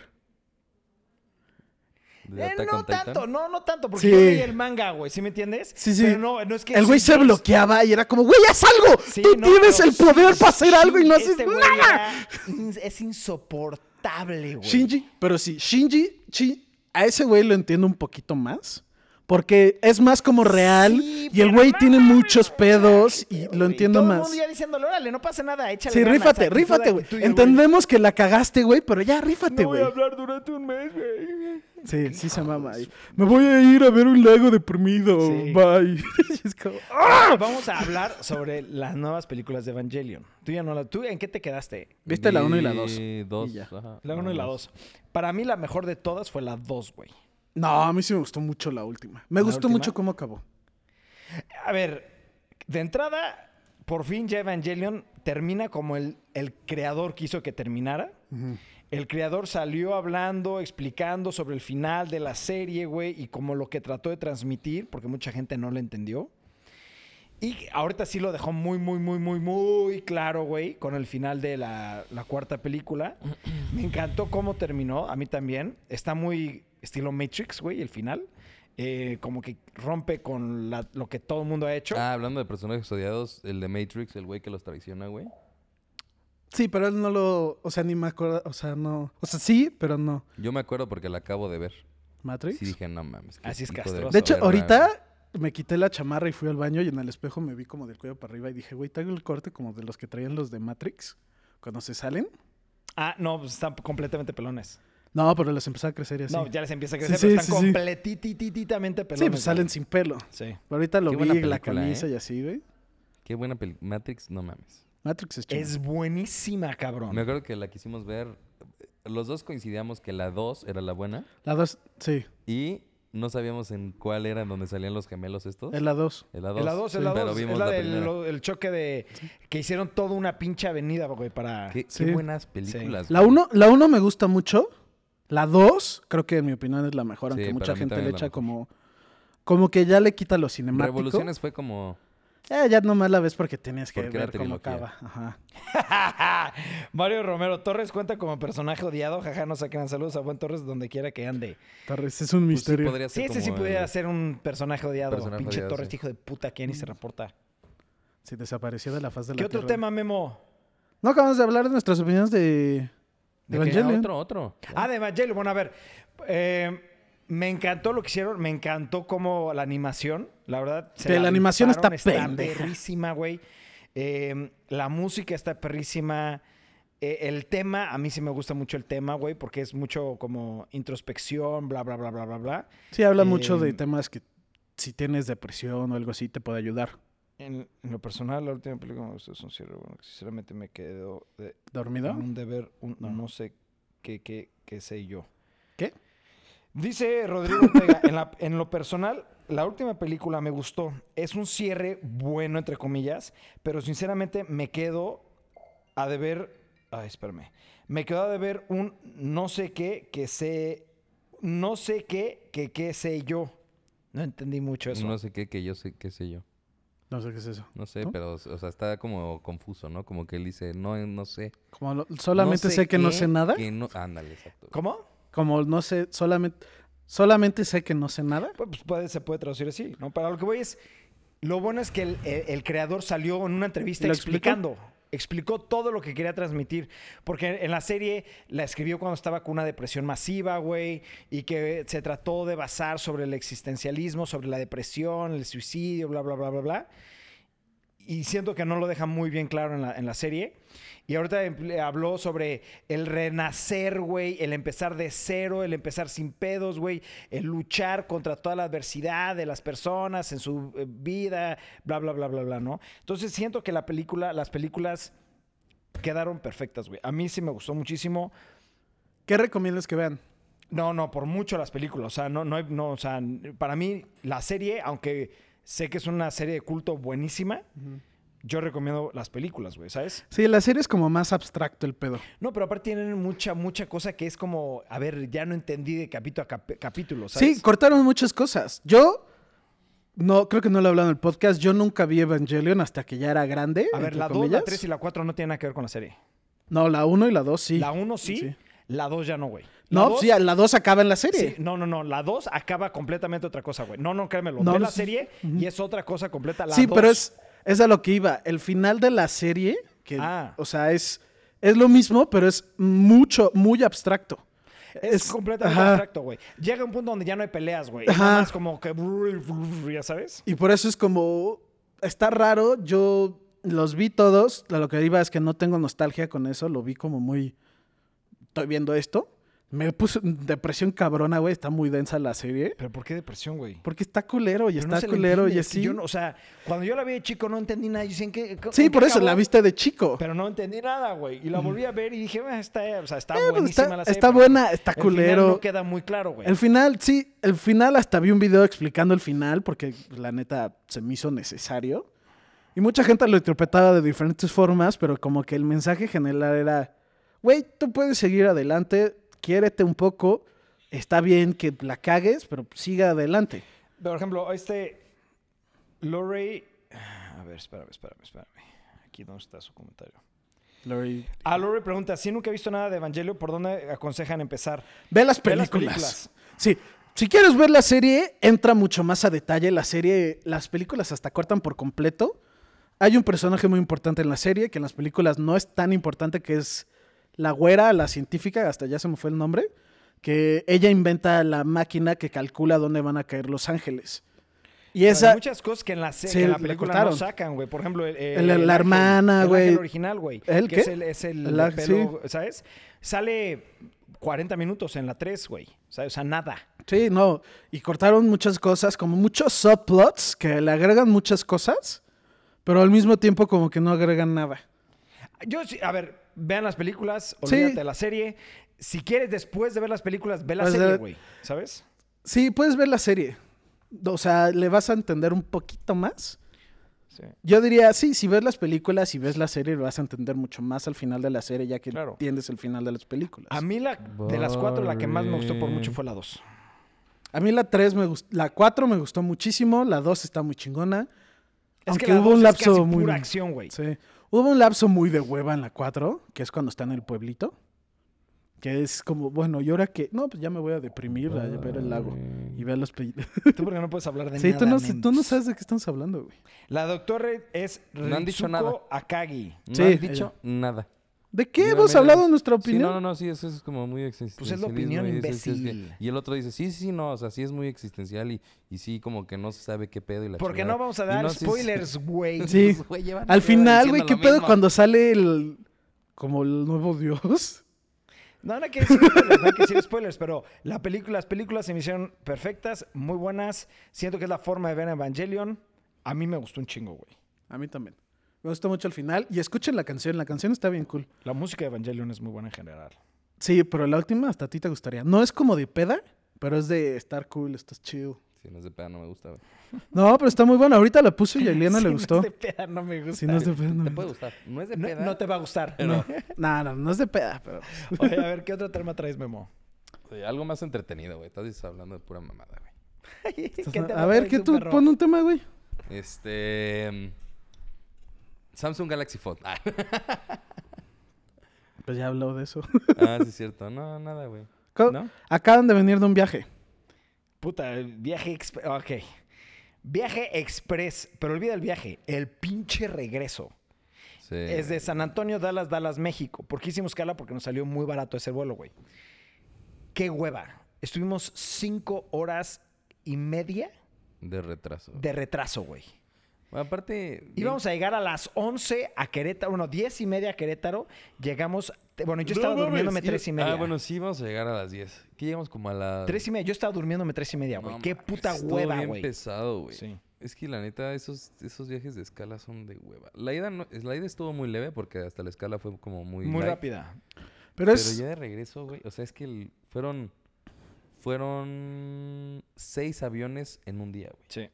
[SPEAKER 3] De
[SPEAKER 1] Eh,
[SPEAKER 3] Attack
[SPEAKER 1] no
[SPEAKER 3] on Titan.
[SPEAKER 1] tanto, no, no tanto, porque
[SPEAKER 2] Sí.
[SPEAKER 1] yo leí el manga, güey, ¿sí me entiendes?
[SPEAKER 2] Sí, sí.
[SPEAKER 1] Pero no, no es que...
[SPEAKER 2] el güey se
[SPEAKER 1] Shinji-
[SPEAKER 2] bloqueaba y era como, güey, haz algo.
[SPEAKER 1] Sí,
[SPEAKER 2] Tú
[SPEAKER 1] no,
[SPEAKER 2] tienes
[SPEAKER 1] pero
[SPEAKER 2] el poder para hacer algo y no haces
[SPEAKER 1] este güey
[SPEAKER 2] nada.
[SPEAKER 1] era ins- es insoportable, güey.
[SPEAKER 2] Shinji, pero sí, Shinji, Shi- a ese güey lo entiendo un poquito más. Porque es más como real
[SPEAKER 1] Sí,
[SPEAKER 2] y el
[SPEAKER 1] pero
[SPEAKER 2] güey
[SPEAKER 1] no
[SPEAKER 2] tiene
[SPEAKER 1] mames,
[SPEAKER 2] muchos pedos y
[SPEAKER 1] güey.
[SPEAKER 2] lo entiendo
[SPEAKER 1] Todo el
[SPEAKER 2] más.
[SPEAKER 1] mundo ya diciéndole, órale, no pasa nada, échale
[SPEAKER 2] Sí,
[SPEAKER 1] ganas,
[SPEAKER 2] rífate,
[SPEAKER 1] actitud,
[SPEAKER 2] rífate, güey.
[SPEAKER 1] actitud,
[SPEAKER 2] Entendemos que la cagaste, güey, pero ya rífate, güey.
[SPEAKER 1] hablar durante un mes, güey.
[SPEAKER 2] Sí, sí se mama. ahí. Me voy a ir a ver un lago deprimido.
[SPEAKER 1] Sí.
[SPEAKER 2] Bye. Es como, ¡ah!
[SPEAKER 1] Vamos a hablar sobre las nuevas películas de Evangelion. Tú ya no la... ¿Tú en qué te quedaste?
[SPEAKER 2] ¿Viste la 1 y la 2?
[SPEAKER 3] Vi dos,
[SPEAKER 2] Y ya.
[SPEAKER 3] ajá,
[SPEAKER 1] La
[SPEAKER 3] nada
[SPEAKER 1] 1 y la
[SPEAKER 3] más.
[SPEAKER 1] 2. Para mí la mejor de todas fue la 2, güey.
[SPEAKER 2] No, a mí sí me gustó mucho la última. Me
[SPEAKER 1] ¿La
[SPEAKER 2] gustó
[SPEAKER 1] última?
[SPEAKER 2] mucho cómo acabó.
[SPEAKER 1] A ver, de entrada, por fin ya Evangelion termina como el, el creador quiso que terminara. El creador salió hablando, explicando sobre el final de la serie, güey, y como lo que trató de transmitir, porque mucha gente no lo entendió. Y ahorita sí lo dejó muy, muy, muy, muy, muy claro, güey, con el final de la, la cuarta película. Me encantó cómo terminó, a mí también. Está muy estilo Matrix, güey, el final. Eh, como que rompe con la- lo que todo el mundo ha hecho.
[SPEAKER 3] Ah, hablando de personajes odiados, el de Matrix, el güey que los traiciona, güey.
[SPEAKER 2] Sí, pero él no lo. O sea, ni me acuerdo. O sea, no. O sea, sí, pero no.
[SPEAKER 3] Yo me acuerdo porque la acabo de ver.
[SPEAKER 2] Matrix.
[SPEAKER 3] Sí dije, no mames. qué
[SPEAKER 1] Así es
[SPEAKER 3] hijo
[SPEAKER 1] castroso.
[SPEAKER 2] de hecho,
[SPEAKER 3] soberana, güey.
[SPEAKER 2] ahorita me quité la chamarra y fui al baño y en el espejo me vi como del cuello para arriba y dije, güey, traigo el corte como de los que traían los de Matrix cuando se salen.
[SPEAKER 1] Ah, no, pues están completamente pelones.
[SPEAKER 2] No, pero les empezó a crecer y así.
[SPEAKER 1] No, ya les empieza a
[SPEAKER 2] Sí,
[SPEAKER 1] crecer,
[SPEAKER 2] sí,
[SPEAKER 1] pero están
[SPEAKER 2] sí, sí.
[SPEAKER 1] completitititamente pelones.
[SPEAKER 2] sí, pues salen
[SPEAKER 1] güey.
[SPEAKER 2] sin pelo.
[SPEAKER 1] Sí.
[SPEAKER 2] Pero ahorita lo
[SPEAKER 3] Qué
[SPEAKER 2] vi,
[SPEAKER 3] buena
[SPEAKER 2] la
[SPEAKER 3] película,
[SPEAKER 2] camisa
[SPEAKER 3] ¿eh?
[SPEAKER 2] y así, güey.
[SPEAKER 3] Qué buena película. Matrix, no mames.
[SPEAKER 2] Matrix es chido.
[SPEAKER 1] Es buenísima, cabrón.
[SPEAKER 3] Me acuerdo que la quisimos ver. Los dos coincidíamos que la 2 era la buena
[SPEAKER 2] La 2, sí,
[SPEAKER 3] y no sabíamos en cuál era donde salían los gemelos estos.
[SPEAKER 2] es la 2.
[SPEAKER 3] En la 2.
[SPEAKER 1] Es la 2, es la
[SPEAKER 3] Pero
[SPEAKER 1] 2.
[SPEAKER 3] vimos
[SPEAKER 1] Es la,
[SPEAKER 3] la,
[SPEAKER 1] del
[SPEAKER 3] primera.
[SPEAKER 1] lo- el choque de. Que hicieron toda una pinche avenida, güey, para.
[SPEAKER 3] Qué, qué
[SPEAKER 2] Sí.
[SPEAKER 3] buenas películas.
[SPEAKER 2] La 1 la uno me gusta mucho. La 2, creo que en mi opinión es la mejor, aunque
[SPEAKER 3] Sí, para
[SPEAKER 2] mucha
[SPEAKER 3] mí
[SPEAKER 2] gente
[SPEAKER 3] también
[SPEAKER 2] le
[SPEAKER 3] es
[SPEAKER 2] echa
[SPEAKER 3] la mejor.
[SPEAKER 2] como... Como que ya le quita lo cinemático.
[SPEAKER 3] Revoluciones fue como.
[SPEAKER 2] Eh, ya nomás la ves porque tenías que
[SPEAKER 3] Porque era
[SPEAKER 2] ver cómo
[SPEAKER 3] trilogía.
[SPEAKER 2] acaba. Ajá.
[SPEAKER 1] Mario Romero Torres cuenta como personaje odiado. Jaja, no saquen saludos a Buen Torres donde quiera que ande.
[SPEAKER 2] Torres, es un
[SPEAKER 3] pues sí,
[SPEAKER 2] misterio.
[SPEAKER 3] podría
[SPEAKER 1] Sí,
[SPEAKER 3] ser
[SPEAKER 1] ese sí
[SPEAKER 3] como el-
[SPEAKER 1] pudiera ser un personaje odiado.
[SPEAKER 3] Personaje
[SPEAKER 1] Pinche
[SPEAKER 3] odiado,
[SPEAKER 1] Torres,
[SPEAKER 3] sí.
[SPEAKER 1] hijo de puta, que ya ni se reporta.
[SPEAKER 2] Si desapareció de la faz de la
[SPEAKER 1] ¿Qué otro
[SPEAKER 2] Tierra.
[SPEAKER 1] tema, Memo?
[SPEAKER 2] No acabamos de hablar de nuestras opiniones de, de
[SPEAKER 1] ¿De qué?
[SPEAKER 3] Ah,
[SPEAKER 2] Evangelion.
[SPEAKER 3] Otro, otro.
[SPEAKER 1] Ah, de Evangelion. Bueno, a ver. eh, me encantó lo que hicieron. Me encantó como la animación. La verdad.
[SPEAKER 2] Que la animación
[SPEAKER 1] rifaron,
[SPEAKER 2] está pendeja.
[SPEAKER 1] perrísima, güey. Eh, la música está perrísima. Eh, el tema, a mí sí me gusta mucho el tema, güey, porque es mucho como introspección, bla, bla, bla, bla, bla, bla.
[SPEAKER 2] Sí, habla
[SPEAKER 1] Eh,
[SPEAKER 2] mucho
[SPEAKER 3] Em.
[SPEAKER 2] de temas que si tienes depresión o algo así te puede ayudar.
[SPEAKER 1] En, en lo personal, la última película que me gustó es un cierre, bueno, que sinceramente me quedo de,
[SPEAKER 2] ¿Dormido?
[SPEAKER 3] Mm.
[SPEAKER 1] un deber, un no sé qué, qué, qué sé yo.
[SPEAKER 2] ¿Qué?
[SPEAKER 1] Dice Rodrigo Ortega, en, la- en lo personal, la última película me gustó. Es un cierre bueno, entre comillas, pero sinceramente me quedo a deber. Ay, espérame. Me quedo a deber un no sé qué que sé. No sé qué que qué sé yo. No entendí mucho eso.
[SPEAKER 3] No sé qué, que yo sé, qué sé yo.
[SPEAKER 2] No sé qué es eso.
[SPEAKER 3] No sé,
[SPEAKER 2] ¿No?
[SPEAKER 3] pero, o sea, está como confuso, ¿no? Como que él dice, no, eh, no sé.
[SPEAKER 2] Como lo- solamente
[SPEAKER 3] No
[SPEAKER 2] sé, que no
[SPEAKER 3] qué,
[SPEAKER 2] sé nada.
[SPEAKER 3] que no- Ándale, exacto.
[SPEAKER 1] ¿Cómo?
[SPEAKER 2] Como no sé, solamente, solamente sé que no sé nada.
[SPEAKER 1] Pues pues, puede, se puede traducir así, ¿no? Para lo que voy es. Lo bueno es que el, el- el creador salió en una entrevista
[SPEAKER 2] ¿Lo
[SPEAKER 1] explicando. Explicó todo lo que quería transmitir. Porque en la serie la escribió cuando estaba con una depresión masiva, güey. Y que se trató de basar sobre el existencialismo, sobre la depresión, el suicidio, bla, bla, bla, bla, bla. Y siento que no lo deja muy bien claro en la, en la serie. Y ahorita em- habló sobre el renacer, güey, el empezar de cero, el empezar sin pedos, güey, el luchar contra toda la adversidad de las personas en su eh, vida, bla, bla, bla, bla, bla, ¿no? Entonces siento que la película, las películas quedaron perfectas, güey. A mí sí me gustó muchísimo.
[SPEAKER 2] ¿Qué recomiendas que vean?
[SPEAKER 1] No, no, por mucho las películas. O sea, no, no, hay- no, o sea, para mí la serie, aunque sé que es una serie de culto buenísima, yo recomiendo las películas, güey, ¿sabes?
[SPEAKER 2] Sí, la serie es como más abstracto el pedo.
[SPEAKER 1] No, pero aparte tienen mucha, mucha cosa que es como, a ver, ya no entendí de capítulo a cap- capítulo, ¿sabes?
[SPEAKER 2] Sí, cortaron muchas cosas. Yo no creo que no lo he hablado en el podcast. Yo nunca vi Evangelion hasta que ya era grande.
[SPEAKER 1] A ver,
[SPEAKER 2] entre
[SPEAKER 1] la 2, la
[SPEAKER 2] comillas.
[SPEAKER 1] 3 y la 4 no tienen nada que ver con la serie.
[SPEAKER 2] No, la 1 y la 2 sí.
[SPEAKER 1] La 1 sí, la 2 ya no, güey. La
[SPEAKER 2] No, pues
[SPEAKER 1] dos-
[SPEAKER 2] sí, la 2 acaba en la
[SPEAKER 1] sí,
[SPEAKER 2] serie.
[SPEAKER 1] No, no, no, la 2 acaba completamente otra cosa, güey. No, no, créemelo.
[SPEAKER 2] No,
[SPEAKER 1] ve
[SPEAKER 2] no
[SPEAKER 1] la
[SPEAKER 2] sé-
[SPEAKER 1] serie y es otra cosa completa. La
[SPEAKER 2] sí,
[SPEAKER 1] dos-
[SPEAKER 2] pero es, es a lo que iba. El final de la serie, que,
[SPEAKER 1] Ah.
[SPEAKER 2] o sea, es, es lo mismo, pero es mucho, muy abstracto.
[SPEAKER 1] Es,
[SPEAKER 2] Es-
[SPEAKER 1] completamente
[SPEAKER 2] ajá.
[SPEAKER 1] abstracto, güey. Llega un punto donde ya no hay peleas, güey.
[SPEAKER 2] Ajá.
[SPEAKER 1] Nada más como que. Ya sabes.
[SPEAKER 2] Y por eso es como. Está raro. Yo los vi todos. A Lo que iba es que no tengo nostalgia con eso. Lo vi como muy. Estoy viendo esto. Me puso depresión cabrona, güey. Está muy densa la serie.
[SPEAKER 1] Pero ¿por qué depresión, güey?
[SPEAKER 2] Porque está culero y
[SPEAKER 1] Pero no
[SPEAKER 2] está
[SPEAKER 1] se le
[SPEAKER 2] culero
[SPEAKER 1] entiende,
[SPEAKER 2] y
[SPEAKER 1] es que
[SPEAKER 2] así.
[SPEAKER 1] yo no- o sea, cuando yo la vi de chico no entendí nada. Yo decía, ¿en qué- en
[SPEAKER 2] Sí,
[SPEAKER 1] qué
[SPEAKER 2] por eso la
[SPEAKER 1] acabó?
[SPEAKER 2] viste de chico. Eh,
[SPEAKER 1] Pero no entendí nada, güey. Y la volví a ver y dije, "Ah, está, o sea, está
[SPEAKER 2] Eh, pues,
[SPEAKER 1] buenísima
[SPEAKER 2] está-
[SPEAKER 1] la serie.
[SPEAKER 2] está
[SPEAKER 1] pero
[SPEAKER 2] buena, está
[SPEAKER 1] el final
[SPEAKER 2] culero.
[SPEAKER 1] No queda muy claro, güey.
[SPEAKER 2] El final, sí, el final hasta vi un video explicando el final porque pues, la neta se me hizo necesario. Y mucha gente lo interpretaba de diferentes formas, pero como que el mensaje general era, güey, tú puedes seguir adelante, quiérete un poco, está bien que la cagues, pero siga adelante.
[SPEAKER 1] Por ejemplo, este. Lorey. A ver, espérame, espérame, espérame. Aquí donde está su comentario. A Lorey pregunta: Si nunca he visto nada de Evangelio, ¿por dónde aconsejan empezar?
[SPEAKER 2] Ve las
[SPEAKER 1] Ve las
[SPEAKER 2] películas.
[SPEAKER 1] películas.
[SPEAKER 2] Sí. Si quieres ver la serie, entra mucho más a detalle. La serie, las películas hasta cortan por completo. Hay un personaje muy importante en la serie que en las películas no es tan importante, que es la güera, la científica, hasta ya se me fue el nombre, que ella inventa la máquina que calcula dónde van a caer los ángeles. Y
[SPEAKER 1] Hay
[SPEAKER 2] esa...
[SPEAKER 1] muchas cosas que en la, se-
[SPEAKER 2] Sí,
[SPEAKER 1] que en la
[SPEAKER 2] le
[SPEAKER 1] película no
[SPEAKER 2] cortaron.
[SPEAKER 1] sacan, güey. Por ejemplo, el,
[SPEAKER 2] El- la hermana,
[SPEAKER 1] ángel-
[SPEAKER 2] güey.
[SPEAKER 1] El ángel original, güey.
[SPEAKER 2] ¿El
[SPEAKER 1] que
[SPEAKER 2] qué?
[SPEAKER 1] Es el, es el
[SPEAKER 2] El
[SPEAKER 1] de
[SPEAKER 2] ángel,
[SPEAKER 1] pelo, ¿sabes? Sale 40 minutos en la 3, güey. ¿Sabes? O sea, nada.
[SPEAKER 2] Sí, no. Y cortaron muchas cosas, como muchos subplots que le agregan muchas cosas, pero al mismo tiempo como que no agregan nada.
[SPEAKER 1] Yo, sí- a ver, vean las películas,
[SPEAKER 2] Sí.
[SPEAKER 1] olvídate de la serie. Si quieres, después de ver las películas, ve la
[SPEAKER 2] Pues,
[SPEAKER 1] serie,
[SPEAKER 2] eh,
[SPEAKER 1] güey. ¿Sabes?
[SPEAKER 2] Sí, puedes ver la serie. O sea, le vas a entender un poquito más.
[SPEAKER 1] Sí.
[SPEAKER 2] Yo diría, sí, si ves las películas y ves la serie, le vas a entender mucho más al final de la serie, ya que
[SPEAKER 1] Claro.
[SPEAKER 2] entiendes el final de las películas.
[SPEAKER 1] A mí la, de las cuatro, la que más me gustó por mucho fue la dos.
[SPEAKER 2] A mí la 3 me gustó, la 4 me gustó muchísimo, la 2 está muy chingona.
[SPEAKER 1] Es
[SPEAKER 2] aunque
[SPEAKER 1] que la
[SPEAKER 2] hubo un
[SPEAKER 1] dos es
[SPEAKER 2] lapso
[SPEAKER 1] casi
[SPEAKER 2] muy
[SPEAKER 1] pura acción, güey.
[SPEAKER 2] Sí. Hubo un lapso muy de hueva en la 4, que es cuando está en el pueblito. Que es como, bueno, ¿y ahora que No, pues ya me voy a deprimir a ver el lago y ver los... pe-
[SPEAKER 1] Tú porque no puedes hablar de
[SPEAKER 2] sí,
[SPEAKER 1] nada.
[SPEAKER 2] tú no,
[SPEAKER 1] men.
[SPEAKER 2] tú no sabes de qué estamos hablando, güey.
[SPEAKER 1] La doctora es
[SPEAKER 3] No han dicho
[SPEAKER 1] Ritsuko
[SPEAKER 3] nada.
[SPEAKER 1] Akagi.
[SPEAKER 3] No
[SPEAKER 2] Sí,
[SPEAKER 3] han dicho nada.
[SPEAKER 2] ¿De qué
[SPEAKER 3] Yo
[SPEAKER 2] hemos
[SPEAKER 3] también-
[SPEAKER 2] hablado en nuestra
[SPEAKER 3] Sí,
[SPEAKER 2] opinión?
[SPEAKER 3] no, no, no, sí, eso es como muy existencial.
[SPEAKER 1] Pues opinión, imbécil.
[SPEAKER 3] y el otro dice, sí, sí, no, o sea, sí es muy existencial y, y sí, como que no se sabe qué pedo y la
[SPEAKER 1] Porque
[SPEAKER 3] chingada.
[SPEAKER 1] no vamos a
[SPEAKER 3] Y
[SPEAKER 1] dar
[SPEAKER 3] no, sí, sí.
[SPEAKER 1] spoilers, güey.
[SPEAKER 2] Sí.
[SPEAKER 3] Pues, güey, llevan
[SPEAKER 2] Al
[SPEAKER 3] toda
[SPEAKER 2] final, güey,
[SPEAKER 3] diciendo
[SPEAKER 2] ¿qué
[SPEAKER 3] lo
[SPEAKER 2] pedo
[SPEAKER 3] mismo.
[SPEAKER 2] cuando sale el. como el nuevo dios?
[SPEAKER 1] No, no hay que decir spoilers, no hay que decir spoilers, pero la película, las películas se me hicieron perfectas, muy buenas. Siento que es la forma de ver Evangelion. A mí me gustó un chingo, güey.
[SPEAKER 2] A mí también. Me gustó mucho el final. Y escuchen la canción, la canción está bien cool.
[SPEAKER 1] La música de Evangelion es muy buena en general.
[SPEAKER 2] Sí, pero la última hasta a ti te gustaría. No es como de peda, pero es de estar cool, estás chill.
[SPEAKER 3] Sí, no es de pedo, no me gusta, güey.
[SPEAKER 2] No, pero está muy buena. Ahorita la puse y a Eliana
[SPEAKER 1] Si
[SPEAKER 2] le gustó.
[SPEAKER 1] No es de peda, no me gusta.
[SPEAKER 2] Si no es de peda, no. me
[SPEAKER 3] Te puede
[SPEAKER 2] gusta.
[SPEAKER 3] gustar. No es de
[SPEAKER 1] No-
[SPEAKER 3] peda.
[SPEAKER 1] no te va a gustar.
[SPEAKER 3] Pero-
[SPEAKER 2] No, no, no es de peda, pero. pues,
[SPEAKER 1] Oye, a ver, ¿qué otro tema traes, Memo?
[SPEAKER 3] Sí, algo más entretenido, güey. Estás hablando de pura mamada,
[SPEAKER 1] ¿Qué
[SPEAKER 3] güey.
[SPEAKER 1] tema
[SPEAKER 2] a ver,
[SPEAKER 1] traes
[SPEAKER 2] ¿qué
[SPEAKER 1] tú,
[SPEAKER 2] tú?
[SPEAKER 1] perro?
[SPEAKER 2] Pon un tema, güey.
[SPEAKER 3] Este. mm, Samsung Galaxy Fold. Ah,
[SPEAKER 2] Pues ya habló de eso.
[SPEAKER 3] ah, sí, es cierto. No, nada, güey.
[SPEAKER 2] Co-
[SPEAKER 3] ¿No?
[SPEAKER 2] Acaban de venir de un viaje.
[SPEAKER 1] Puta, el viaje express. Ok. Viaje express, pero olvida el viaje, el pinche regreso.
[SPEAKER 3] Sí.
[SPEAKER 1] Es de San Antonio, Dallas, Dallas, México. ¿Por qué hicimos escala? Porque nos salió muy barato ese vuelo, güey. Qué hueva. Estuvimos cinco horas y media
[SPEAKER 3] De retraso.
[SPEAKER 1] de retraso, güey.
[SPEAKER 3] Bueno, aparte.
[SPEAKER 1] Íbamos a llegar a las 11 a Querétaro, bueno, 10 y media a Querétaro. Llegamos, te- bueno, yo estaba durmiéndome tres y media.
[SPEAKER 3] Ah, bueno, sí, íbamos a llegar a las 10. Que llegamos como a las.
[SPEAKER 1] Tres y media, yo estaba durmiéndome tres y media, güey.
[SPEAKER 3] No
[SPEAKER 1] Qué
[SPEAKER 3] mames,
[SPEAKER 1] puta
[SPEAKER 3] estuvo
[SPEAKER 1] hueva,
[SPEAKER 3] bien
[SPEAKER 1] güey.
[SPEAKER 3] pesado, güey.
[SPEAKER 1] Sí.
[SPEAKER 3] Es que la neta, esos, esos viajes de escala son de hueva. La ida, no- la ida estuvo muy leve porque hasta la escala fue como muy.
[SPEAKER 1] Muy
[SPEAKER 3] light.
[SPEAKER 1] rápida.
[SPEAKER 2] Pero
[SPEAKER 3] Pero,
[SPEAKER 2] es.
[SPEAKER 3] ya de regreso, güey. O sea, es que el- fueron. Fueron seis aviones en un día, güey.
[SPEAKER 1] Sí.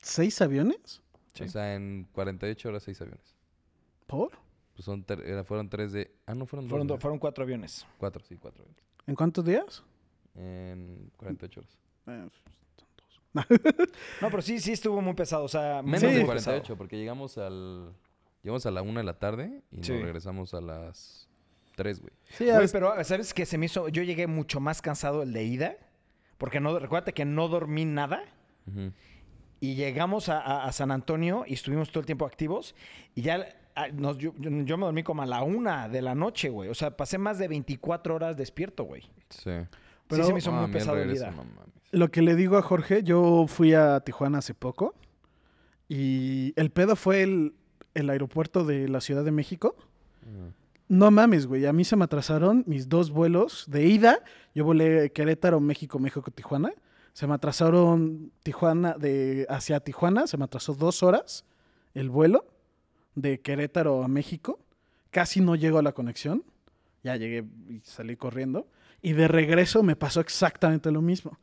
[SPEAKER 2] ¿Seis aviones?
[SPEAKER 1] Sí.
[SPEAKER 3] O sea, en 48 horas, seis aviones.
[SPEAKER 2] ¿Por?
[SPEAKER 3] Pues son ter- era- fueron tres de. Ah, no, fueron dos.
[SPEAKER 1] Fueron, do-
[SPEAKER 3] ¿verdad?
[SPEAKER 1] fueron cuatro aviones.
[SPEAKER 3] Cuatro, sí, cuatro aviones.
[SPEAKER 2] ¿En cuántos días?
[SPEAKER 3] En 48 horas.
[SPEAKER 2] Eh,
[SPEAKER 1] No, pero sí, sí estuvo muy pesado. O sea,
[SPEAKER 3] Menos
[SPEAKER 1] muy
[SPEAKER 3] de
[SPEAKER 1] pesado.
[SPEAKER 3] 48, porque llegamos al. Llegamos a la una de la tarde y
[SPEAKER 1] Sí.
[SPEAKER 3] nos regresamos a las tres, güey.
[SPEAKER 2] Sí,
[SPEAKER 1] Güey,
[SPEAKER 2] hasta-
[SPEAKER 1] pero Pues ¿sabes que se me hizo? Yo llegué mucho más cansado el de ida. Porque no, recuérdate que no dormí nada.
[SPEAKER 3] Ujú.
[SPEAKER 1] Y llegamos a, a- a San Antonio y estuvimos todo el tiempo activos. Y ya al- ah, nos- yo, yo- yo me dormí como a la una de la noche, güey. O sea, pasé más de 24 horas despierto, güey.
[SPEAKER 3] Sí.
[SPEAKER 1] Pero, se me hizo
[SPEAKER 3] Ah,
[SPEAKER 1] muy
[SPEAKER 3] mira, el
[SPEAKER 1] pesado el
[SPEAKER 3] regreso,
[SPEAKER 1] día.
[SPEAKER 3] no mames.
[SPEAKER 2] Lo que le digo a Jorge, yo fui a Tijuana hace poco y el pedo fue el, el aeropuerto de la Ciudad de México.
[SPEAKER 3] Ah.
[SPEAKER 2] No mames, güey, a mí se me atrasaron mis dos vuelos de ida. Yo volé Querétaro, México, México, Tijuana. Se me atrasaron Tijuana de hacia Tijuana, se me atrasó dos horas el vuelo de Querétaro a México. Casi no llego a la conexión. Ya llegué y salí corriendo. Y de regreso me pasó exactamente lo mismo.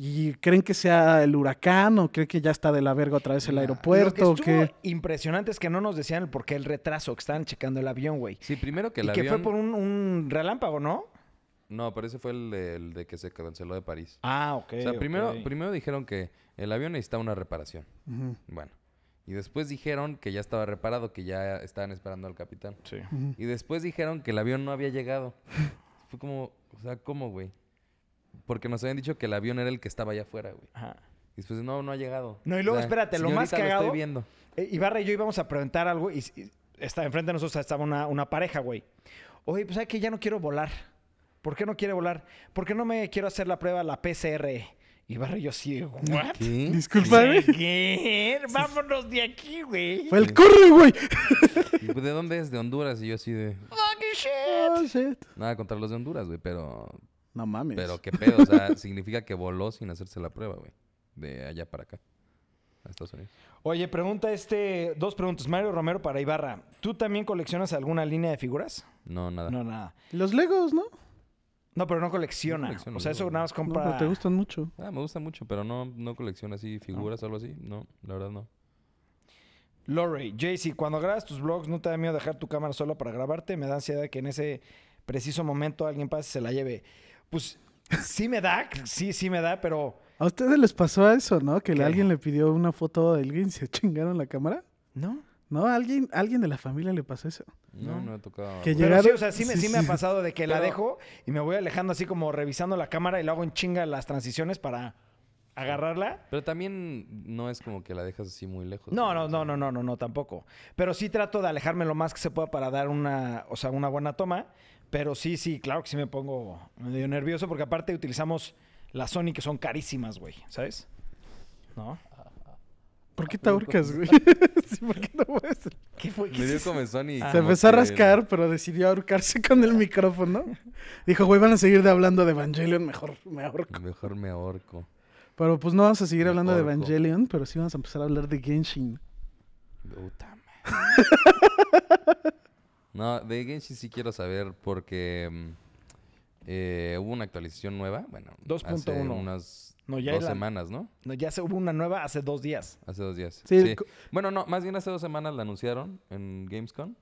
[SPEAKER 2] ¿Y creen que sea el huracán o creen que ya está de la verga otra vez el
[SPEAKER 1] Nah,
[SPEAKER 2] aeropuerto?
[SPEAKER 1] Lo
[SPEAKER 2] o
[SPEAKER 1] que
[SPEAKER 2] qué?
[SPEAKER 1] estuvo impresionante es que no nos decían el por qué el retraso, que estaban checando el avión, güey.
[SPEAKER 3] Sí, primero que
[SPEAKER 1] Y
[SPEAKER 3] el
[SPEAKER 1] que fue
[SPEAKER 3] avión-
[SPEAKER 1] por un, un relámpago, ¿no?
[SPEAKER 3] No, pero ese fue el de, el de que se canceló de París.
[SPEAKER 1] Ah, ok.
[SPEAKER 3] o sea,
[SPEAKER 1] ok.
[SPEAKER 3] primero, primero dijeron que el avión necesitaba una reparación.
[SPEAKER 2] Ujú.
[SPEAKER 3] Bueno. Y después dijeron que ya estaba reparado, que ya estaban esperando al capitán.
[SPEAKER 1] Sí.
[SPEAKER 3] Y después dijeron que el avión no había llegado. Fue como, o sea, ¿cómo, güey? Porque nos habían dicho que el avión era el que estaba allá afuera, güey.
[SPEAKER 1] Ajá.
[SPEAKER 3] Y después, no, no ha llegado.
[SPEAKER 1] No, y luego,
[SPEAKER 3] O sea,
[SPEAKER 1] espérate, lo más
[SPEAKER 3] señorita, Lo
[SPEAKER 1] cagado-
[SPEAKER 3] estoy viendo.
[SPEAKER 1] Eh, Ibarra y yo íbamos a preguntar algo y, y está, enfrente de nosotros estaba una, una pareja, güey. Oye, pues ¿sabes que ya no quiero volar. ¿Por qué no quiere volar? ¿Por qué no me quiero hacer la prueba, la PCR? Ibarra y yo así, ¿what?
[SPEAKER 3] ¿Qué?
[SPEAKER 2] Discúlpame.
[SPEAKER 1] ¿Qué? Vámonos de aquí, güey.
[SPEAKER 2] Fue el corre, güey.
[SPEAKER 3] ¿Y ¿De dónde es? De Honduras. Y yo así de...
[SPEAKER 1] Fucking Oh, shit.
[SPEAKER 2] Ah, shit.
[SPEAKER 3] Nada contra los de Honduras, güey, pero...
[SPEAKER 2] No mames.
[SPEAKER 3] Pero qué pedo, o sea, significa que voló sin hacerse la prueba, güey. De allá para acá. A Estados Unidos.
[SPEAKER 1] Oye, pregunta este, dos preguntas. Mario Romero para Ibarra. ¿Tú también coleccionas alguna línea de figuras?
[SPEAKER 3] No, nada.
[SPEAKER 1] No, nada.
[SPEAKER 2] Los Legos, ¿no?
[SPEAKER 1] No, pero no colecciona.
[SPEAKER 3] No colecciono,
[SPEAKER 1] o sea, eso
[SPEAKER 3] güey.
[SPEAKER 1] nada más
[SPEAKER 2] No,
[SPEAKER 1] compra.
[SPEAKER 2] pero te gustan mucho.
[SPEAKER 3] Ah, me gusta mucho, pero no, no colecciono así figuras o algo así. No, la verdad no.
[SPEAKER 1] Lori, JC, cuando grabas tus vlogs, ¿no te da miedo dejar tu cámara sola para grabarte? Me da ansiedad que en ese preciso momento alguien pase y se la lleve. Pues sí me da, sí, sí me da, pero
[SPEAKER 2] A ustedes les pasó eso, ¿no? Que
[SPEAKER 1] ¿Qué?
[SPEAKER 2] alguien le pidió una foto de alguien y se chingaron la cámara.
[SPEAKER 1] no.
[SPEAKER 2] No, alguien, alguien de la familia le pasó eso.
[SPEAKER 3] No,
[SPEAKER 1] No.
[SPEAKER 3] no, he tocado.
[SPEAKER 2] Que
[SPEAKER 1] Pero
[SPEAKER 2] Llegaron-
[SPEAKER 1] sí, o sea, sí, me,
[SPEAKER 2] sí,
[SPEAKER 1] sí me ha
[SPEAKER 2] sí.
[SPEAKER 1] pasado de que la
[SPEAKER 2] Pero-
[SPEAKER 1] dejo y me voy alejando así como revisando la cámara y lo hago en chinga las transiciones para agarrarla.
[SPEAKER 3] Pero también no es como que la dejas así muy lejos.
[SPEAKER 1] No,
[SPEAKER 3] güey,
[SPEAKER 1] no,
[SPEAKER 3] o
[SPEAKER 1] no,
[SPEAKER 3] sea,
[SPEAKER 1] no, no, no, no, tampoco. Pero sí trato de alejarme lo más que se pueda para dar una, o sea, una buena toma. Pero sí, sí, claro que sí me pongo medio nervioso porque aparte utilizamos las Sony que son carísimas, güey, ¿sabes? ¿No?
[SPEAKER 2] ¿Por qué te ahorcas, güey? Sí, ¿Por qué no puedes?
[SPEAKER 1] ¿Qué fue? ¿Qué
[SPEAKER 3] Me
[SPEAKER 1] es
[SPEAKER 3] dio
[SPEAKER 1] eso?
[SPEAKER 3] comezón y...
[SPEAKER 2] Se
[SPEAKER 3] como
[SPEAKER 2] empezó a
[SPEAKER 3] que-
[SPEAKER 2] rascar, pero decidió ahorcarse con el micrófono. Dijo, güey, van a seguir de hablando de Evangelion, mejor me ahorco.
[SPEAKER 3] Mejor me ahorco.
[SPEAKER 2] Pero pues no vamos a seguir
[SPEAKER 3] Me
[SPEAKER 2] hablando de
[SPEAKER 3] ahorco.
[SPEAKER 2] Evangelion, pero sí vamos a empezar a hablar de Genshin.
[SPEAKER 3] Puta madre. No, de Genshin sí quiero saber porque mm, eh, hubo una actualización nueva. Bueno, hace
[SPEAKER 1] 2.1.
[SPEAKER 3] unas
[SPEAKER 1] No, ya
[SPEAKER 3] dos
[SPEAKER 1] la-
[SPEAKER 3] semanas, ¿no?
[SPEAKER 1] No, ya se hubo una nueva hace dos días.
[SPEAKER 3] Hace dos días.
[SPEAKER 2] Sí,
[SPEAKER 3] Sí.
[SPEAKER 2] co-
[SPEAKER 3] Bueno, no, más bien hace dos semanas la anunciaron en Gamescom.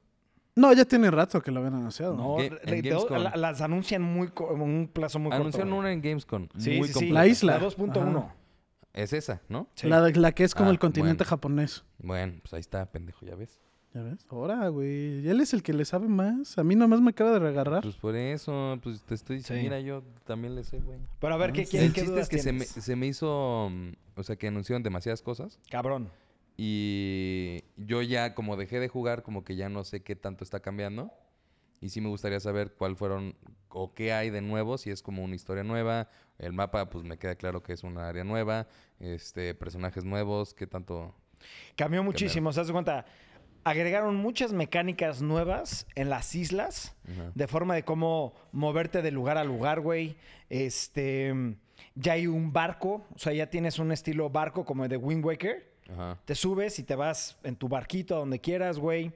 [SPEAKER 2] No, ya tiene rato que lo habían anunciado.
[SPEAKER 1] No,
[SPEAKER 3] Ga-
[SPEAKER 1] le-
[SPEAKER 3] en
[SPEAKER 1] de-
[SPEAKER 3] Gamescom.
[SPEAKER 1] la- las anuncian muy co- en un plazo muy corto.
[SPEAKER 3] anunciaron
[SPEAKER 1] güey.
[SPEAKER 3] una en Gamescom.
[SPEAKER 1] Sí,
[SPEAKER 3] muy
[SPEAKER 1] sí, sí.
[SPEAKER 3] completa.
[SPEAKER 2] La isla.
[SPEAKER 1] La 2.1.
[SPEAKER 2] Ajá.
[SPEAKER 3] Es esa, ¿no?
[SPEAKER 1] Sí.
[SPEAKER 2] La, la que es como
[SPEAKER 3] Ah,
[SPEAKER 2] el continente
[SPEAKER 3] bueno.
[SPEAKER 2] japonés.
[SPEAKER 3] Bueno, pues ahí está, pendejo, ya ves.
[SPEAKER 2] ¿Ya ves? Ahora, güey. Él es el que le sabe más. A mí nomás me acaba de regarrar.
[SPEAKER 3] Pues por eso, pues te estoy diciendo,
[SPEAKER 1] Sí.
[SPEAKER 3] mira, yo también le sé, güey.
[SPEAKER 1] Pero a ver, ¿qué
[SPEAKER 3] Ah, El
[SPEAKER 1] quieres? ¿Qué
[SPEAKER 3] chiste
[SPEAKER 1] dudas
[SPEAKER 3] es que se me,
[SPEAKER 1] tienes?
[SPEAKER 3] se me hizo, mm, o sea, que anunciaron demasiadas cosas
[SPEAKER 1] Cabrón.
[SPEAKER 3] y yo ya como dejé de jugar, como que ya no sé qué tanto está cambiando. Y sí me gustaría saber cuál fueron o qué hay de nuevo, si es como una historia nueva, el mapa pues me queda claro que es una área nueva, este personajes nuevos, qué tanto
[SPEAKER 1] Cambió muchísimo, ¿se das cuenta? Agregaron muchas mecánicas nuevas en las islas,
[SPEAKER 3] Ajá.
[SPEAKER 1] de forma de cómo moverte de lugar a lugar, güey. Este, ya hay un barco, o sea, ya tienes un estilo barco como el de Wind Waker.
[SPEAKER 3] Ajá.
[SPEAKER 1] Te subes y te vas en tu barquito a donde quieras, güey.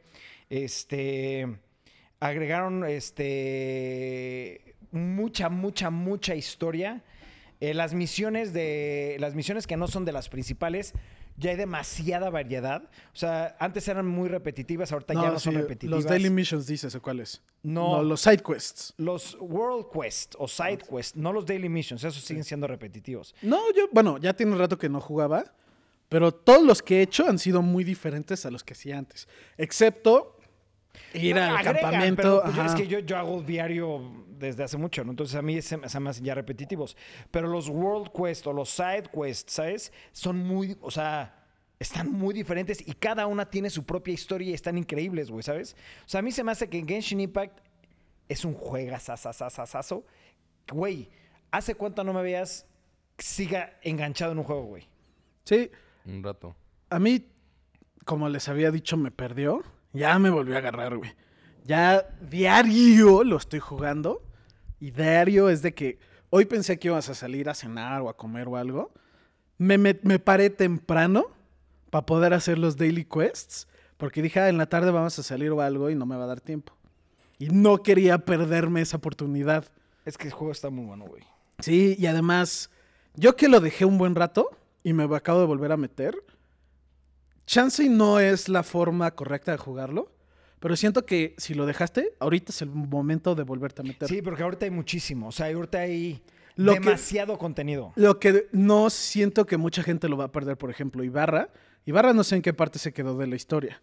[SPEAKER 1] Este, agregaron, este, mucha, mucha, mucha historia. Eh, las misiones de, las misiones que no son de las principales, ya hay demasiada variedad. O sea, antes eran muy repetitivas, ahorita ya no son
[SPEAKER 2] sí,
[SPEAKER 1] repetitivas.
[SPEAKER 2] Los Daily Missions, dices, ¿o cuáles?
[SPEAKER 1] No.
[SPEAKER 2] los Side Quests.
[SPEAKER 1] Los World Quest o Side Quest, no los Daily Missions, esos siguen siendo repetitivos.
[SPEAKER 2] No, yo, bueno, ya tiene rato que no jugaba, pero todos los que he hecho han sido muy diferentes a los que hacía antes. Excepto ir
[SPEAKER 1] No,
[SPEAKER 2] al
[SPEAKER 1] agregan,
[SPEAKER 2] campamento.
[SPEAKER 1] pero, pues, yo- es
[SPEAKER 2] ajá.
[SPEAKER 1] que yo, yo hago diario desde hace mucho, ¿no? Entonces a mí se, se me hacen ya repetitivos. Pero los World Quest o los Side Quest, ¿sabes? Son muy, o sea, están muy diferentes y cada una tiene su propia historia y están increíbles, güey, ¿sabes? O sea, a mí se me hace que Genshin Impact es un juegazazazazazazo. Güey, ¿hace cuánto no me veas siga enganchado en un juego, güey?
[SPEAKER 2] Sí,
[SPEAKER 3] Un rato.
[SPEAKER 2] a mí, como les había dicho, me perdió. Ya me volvió a agarrar, güey. Ya diario lo estoy jugando. Y diario es de que hoy pensé que ibas a salir a cenar o a comer o algo. Me, me- me paré temprano para poder hacer los daily quests. Porque dije, "Ah, en la tarde vamos a salir o algo y no me va a dar tiempo. Y no quería perderme esa oportunidad.
[SPEAKER 1] Es que el juego está muy bueno, güey.
[SPEAKER 2] Sí, y además, yo que lo dejé un buen rato y me acabo de volver a meter, chance y no es la forma correcta de jugarlo, pero siento que si lo dejaste, ahorita es el momento de volverte a meter.
[SPEAKER 1] Sí, porque ahorita hay muchísimo. O sea, ahorita hay
[SPEAKER 2] Lo que-
[SPEAKER 1] demasiado contenido.
[SPEAKER 2] Lo que no siento que mucha gente lo va a perder, por ejemplo, Ibarra. Ibarra no sé en qué parte se quedó de la historia.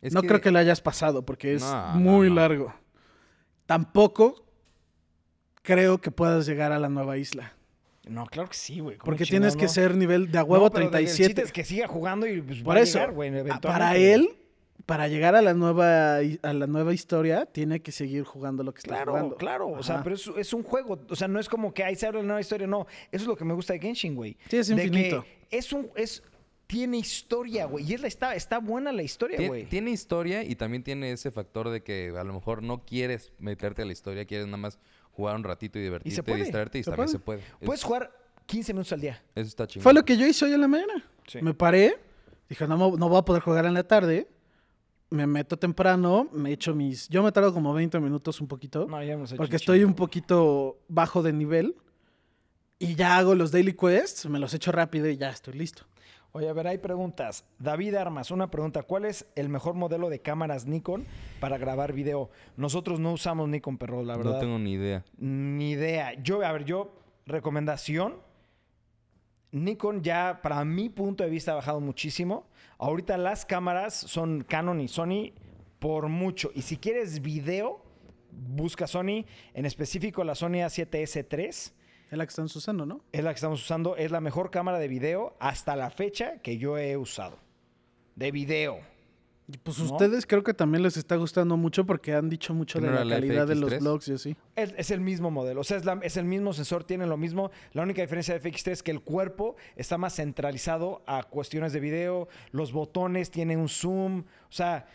[SPEAKER 3] Es
[SPEAKER 2] no creo que lo hayas pasado porque es
[SPEAKER 3] No, no,
[SPEAKER 2] muy
[SPEAKER 3] no.
[SPEAKER 2] largo. Tampoco creo que puedas llegar a la nueva isla.
[SPEAKER 1] No, claro que sí, güey. ¿Cómo
[SPEAKER 2] Porque
[SPEAKER 1] chingado
[SPEAKER 2] tienes que
[SPEAKER 1] no?
[SPEAKER 2] ser nivel de a huevo
[SPEAKER 1] No, pero de-
[SPEAKER 2] 37.
[SPEAKER 1] El chiste es que siga jugando y pues,
[SPEAKER 2] Por
[SPEAKER 1] va
[SPEAKER 2] eso,
[SPEAKER 1] a llegar, güey,
[SPEAKER 2] a-
[SPEAKER 1] eventualmente.
[SPEAKER 2] para él, para llegar a la nueva hi- a la nueva historia, tiene que seguir jugando lo que está
[SPEAKER 1] Claro,
[SPEAKER 2] jugando.
[SPEAKER 1] claro. O sea,
[SPEAKER 2] Ajá.
[SPEAKER 1] pero es, es un juego. O sea, no es como que ahí se abre una nueva historia. No, eso es lo que me gusta de Genshin, güey.
[SPEAKER 2] Sí, es
[SPEAKER 1] De que
[SPEAKER 2] infinito.
[SPEAKER 1] es un... Es, tiene historia, güey. Y es la, está, está buena la historia,
[SPEAKER 3] Tien-
[SPEAKER 1] güey.
[SPEAKER 3] Tiene historia y también tiene ese factor de que a lo mejor no quieres meterte a la historia, quieres nada más jugar un ratito y divertirte,
[SPEAKER 1] puede,
[SPEAKER 3] distraerte y
[SPEAKER 2] se
[SPEAKER 3] también
[SPEAKER 2] puede. Pues,
[SPEAKER 3] se puede. Es-
[SPEAKER 1] Puedes jugar 15 minutos al día.
[SPEAKER 3] eso está chingón.
[SPEAKER 2] Fue lo que yo hice hoy en la mañana.
[SPEAKER 1] Sí.
[SPEAKER 2] Me paré, dije, no, me- no voy a poder jugar en la tarde. Me meto temprano, me echo mis. Yo me tardo como 20 minutos, un poquito.
[SPEAKER 1] No, ya hemos hecho
[SPEAKER 2] porque
[SPEAKER 1] un
[SPEAKER 2] estoy
[SPEAKER 1] chingo,
[SPEAKER 2] un poquito bajo de nivel. Y ya hago los daily quests, me los echo rápido y ya estoy listo.
[SPEAKER 1] Oye, a ver, hay preguntas. David Armas, una pregunta. ¿Cuál es el mejor modelo de cámaras Nikon para grabar video? Nosotros no usamos Nikon, perro, la verdad.
[SPEAKER 3] No tengo ni idea.
[SPEAKER 1] Ni idea. Yo, a ver, yo, recomendación. Nikon ya, para mi punto de vista, ha bajado muchísimo. Ahorita las cámaras son Canon y Sony por mucho. Y si quieres video, busca Sony. En específico, la Sony A7S3.
[SPEAKER 2] Es la que están usando, ¿no?
[SPEAKER 1] Es la que estamos usando. Es la mejor cámara de video hasta la fecha que yo he usado. De video.
[SPEAKER 2] Y Pues
[SPEAKER 1] ¿No?
[SPEAKER 2] ustedes creo que también les está gustando mucho porque han dicho mucho
[SPEAKER 3] ¿Que
[SPEAKER 2] de
[SPEAKER 3] no
[SPEAKER 2] la
[SPEAKER 3] era la
[SPEAKER 2] calidad de los
[SPEAKER 3] FX3?
[SPEAKER 2] blogs y así.
[SPEAKER 1] Es, es el mismo modelo, o sea, es, la- es el mismo sensor, tienen lo mismo. La única diferencia de FX3 es que el cuerpo está más centralizado a cuestiones de video, los botones tienen un zoom, o sea,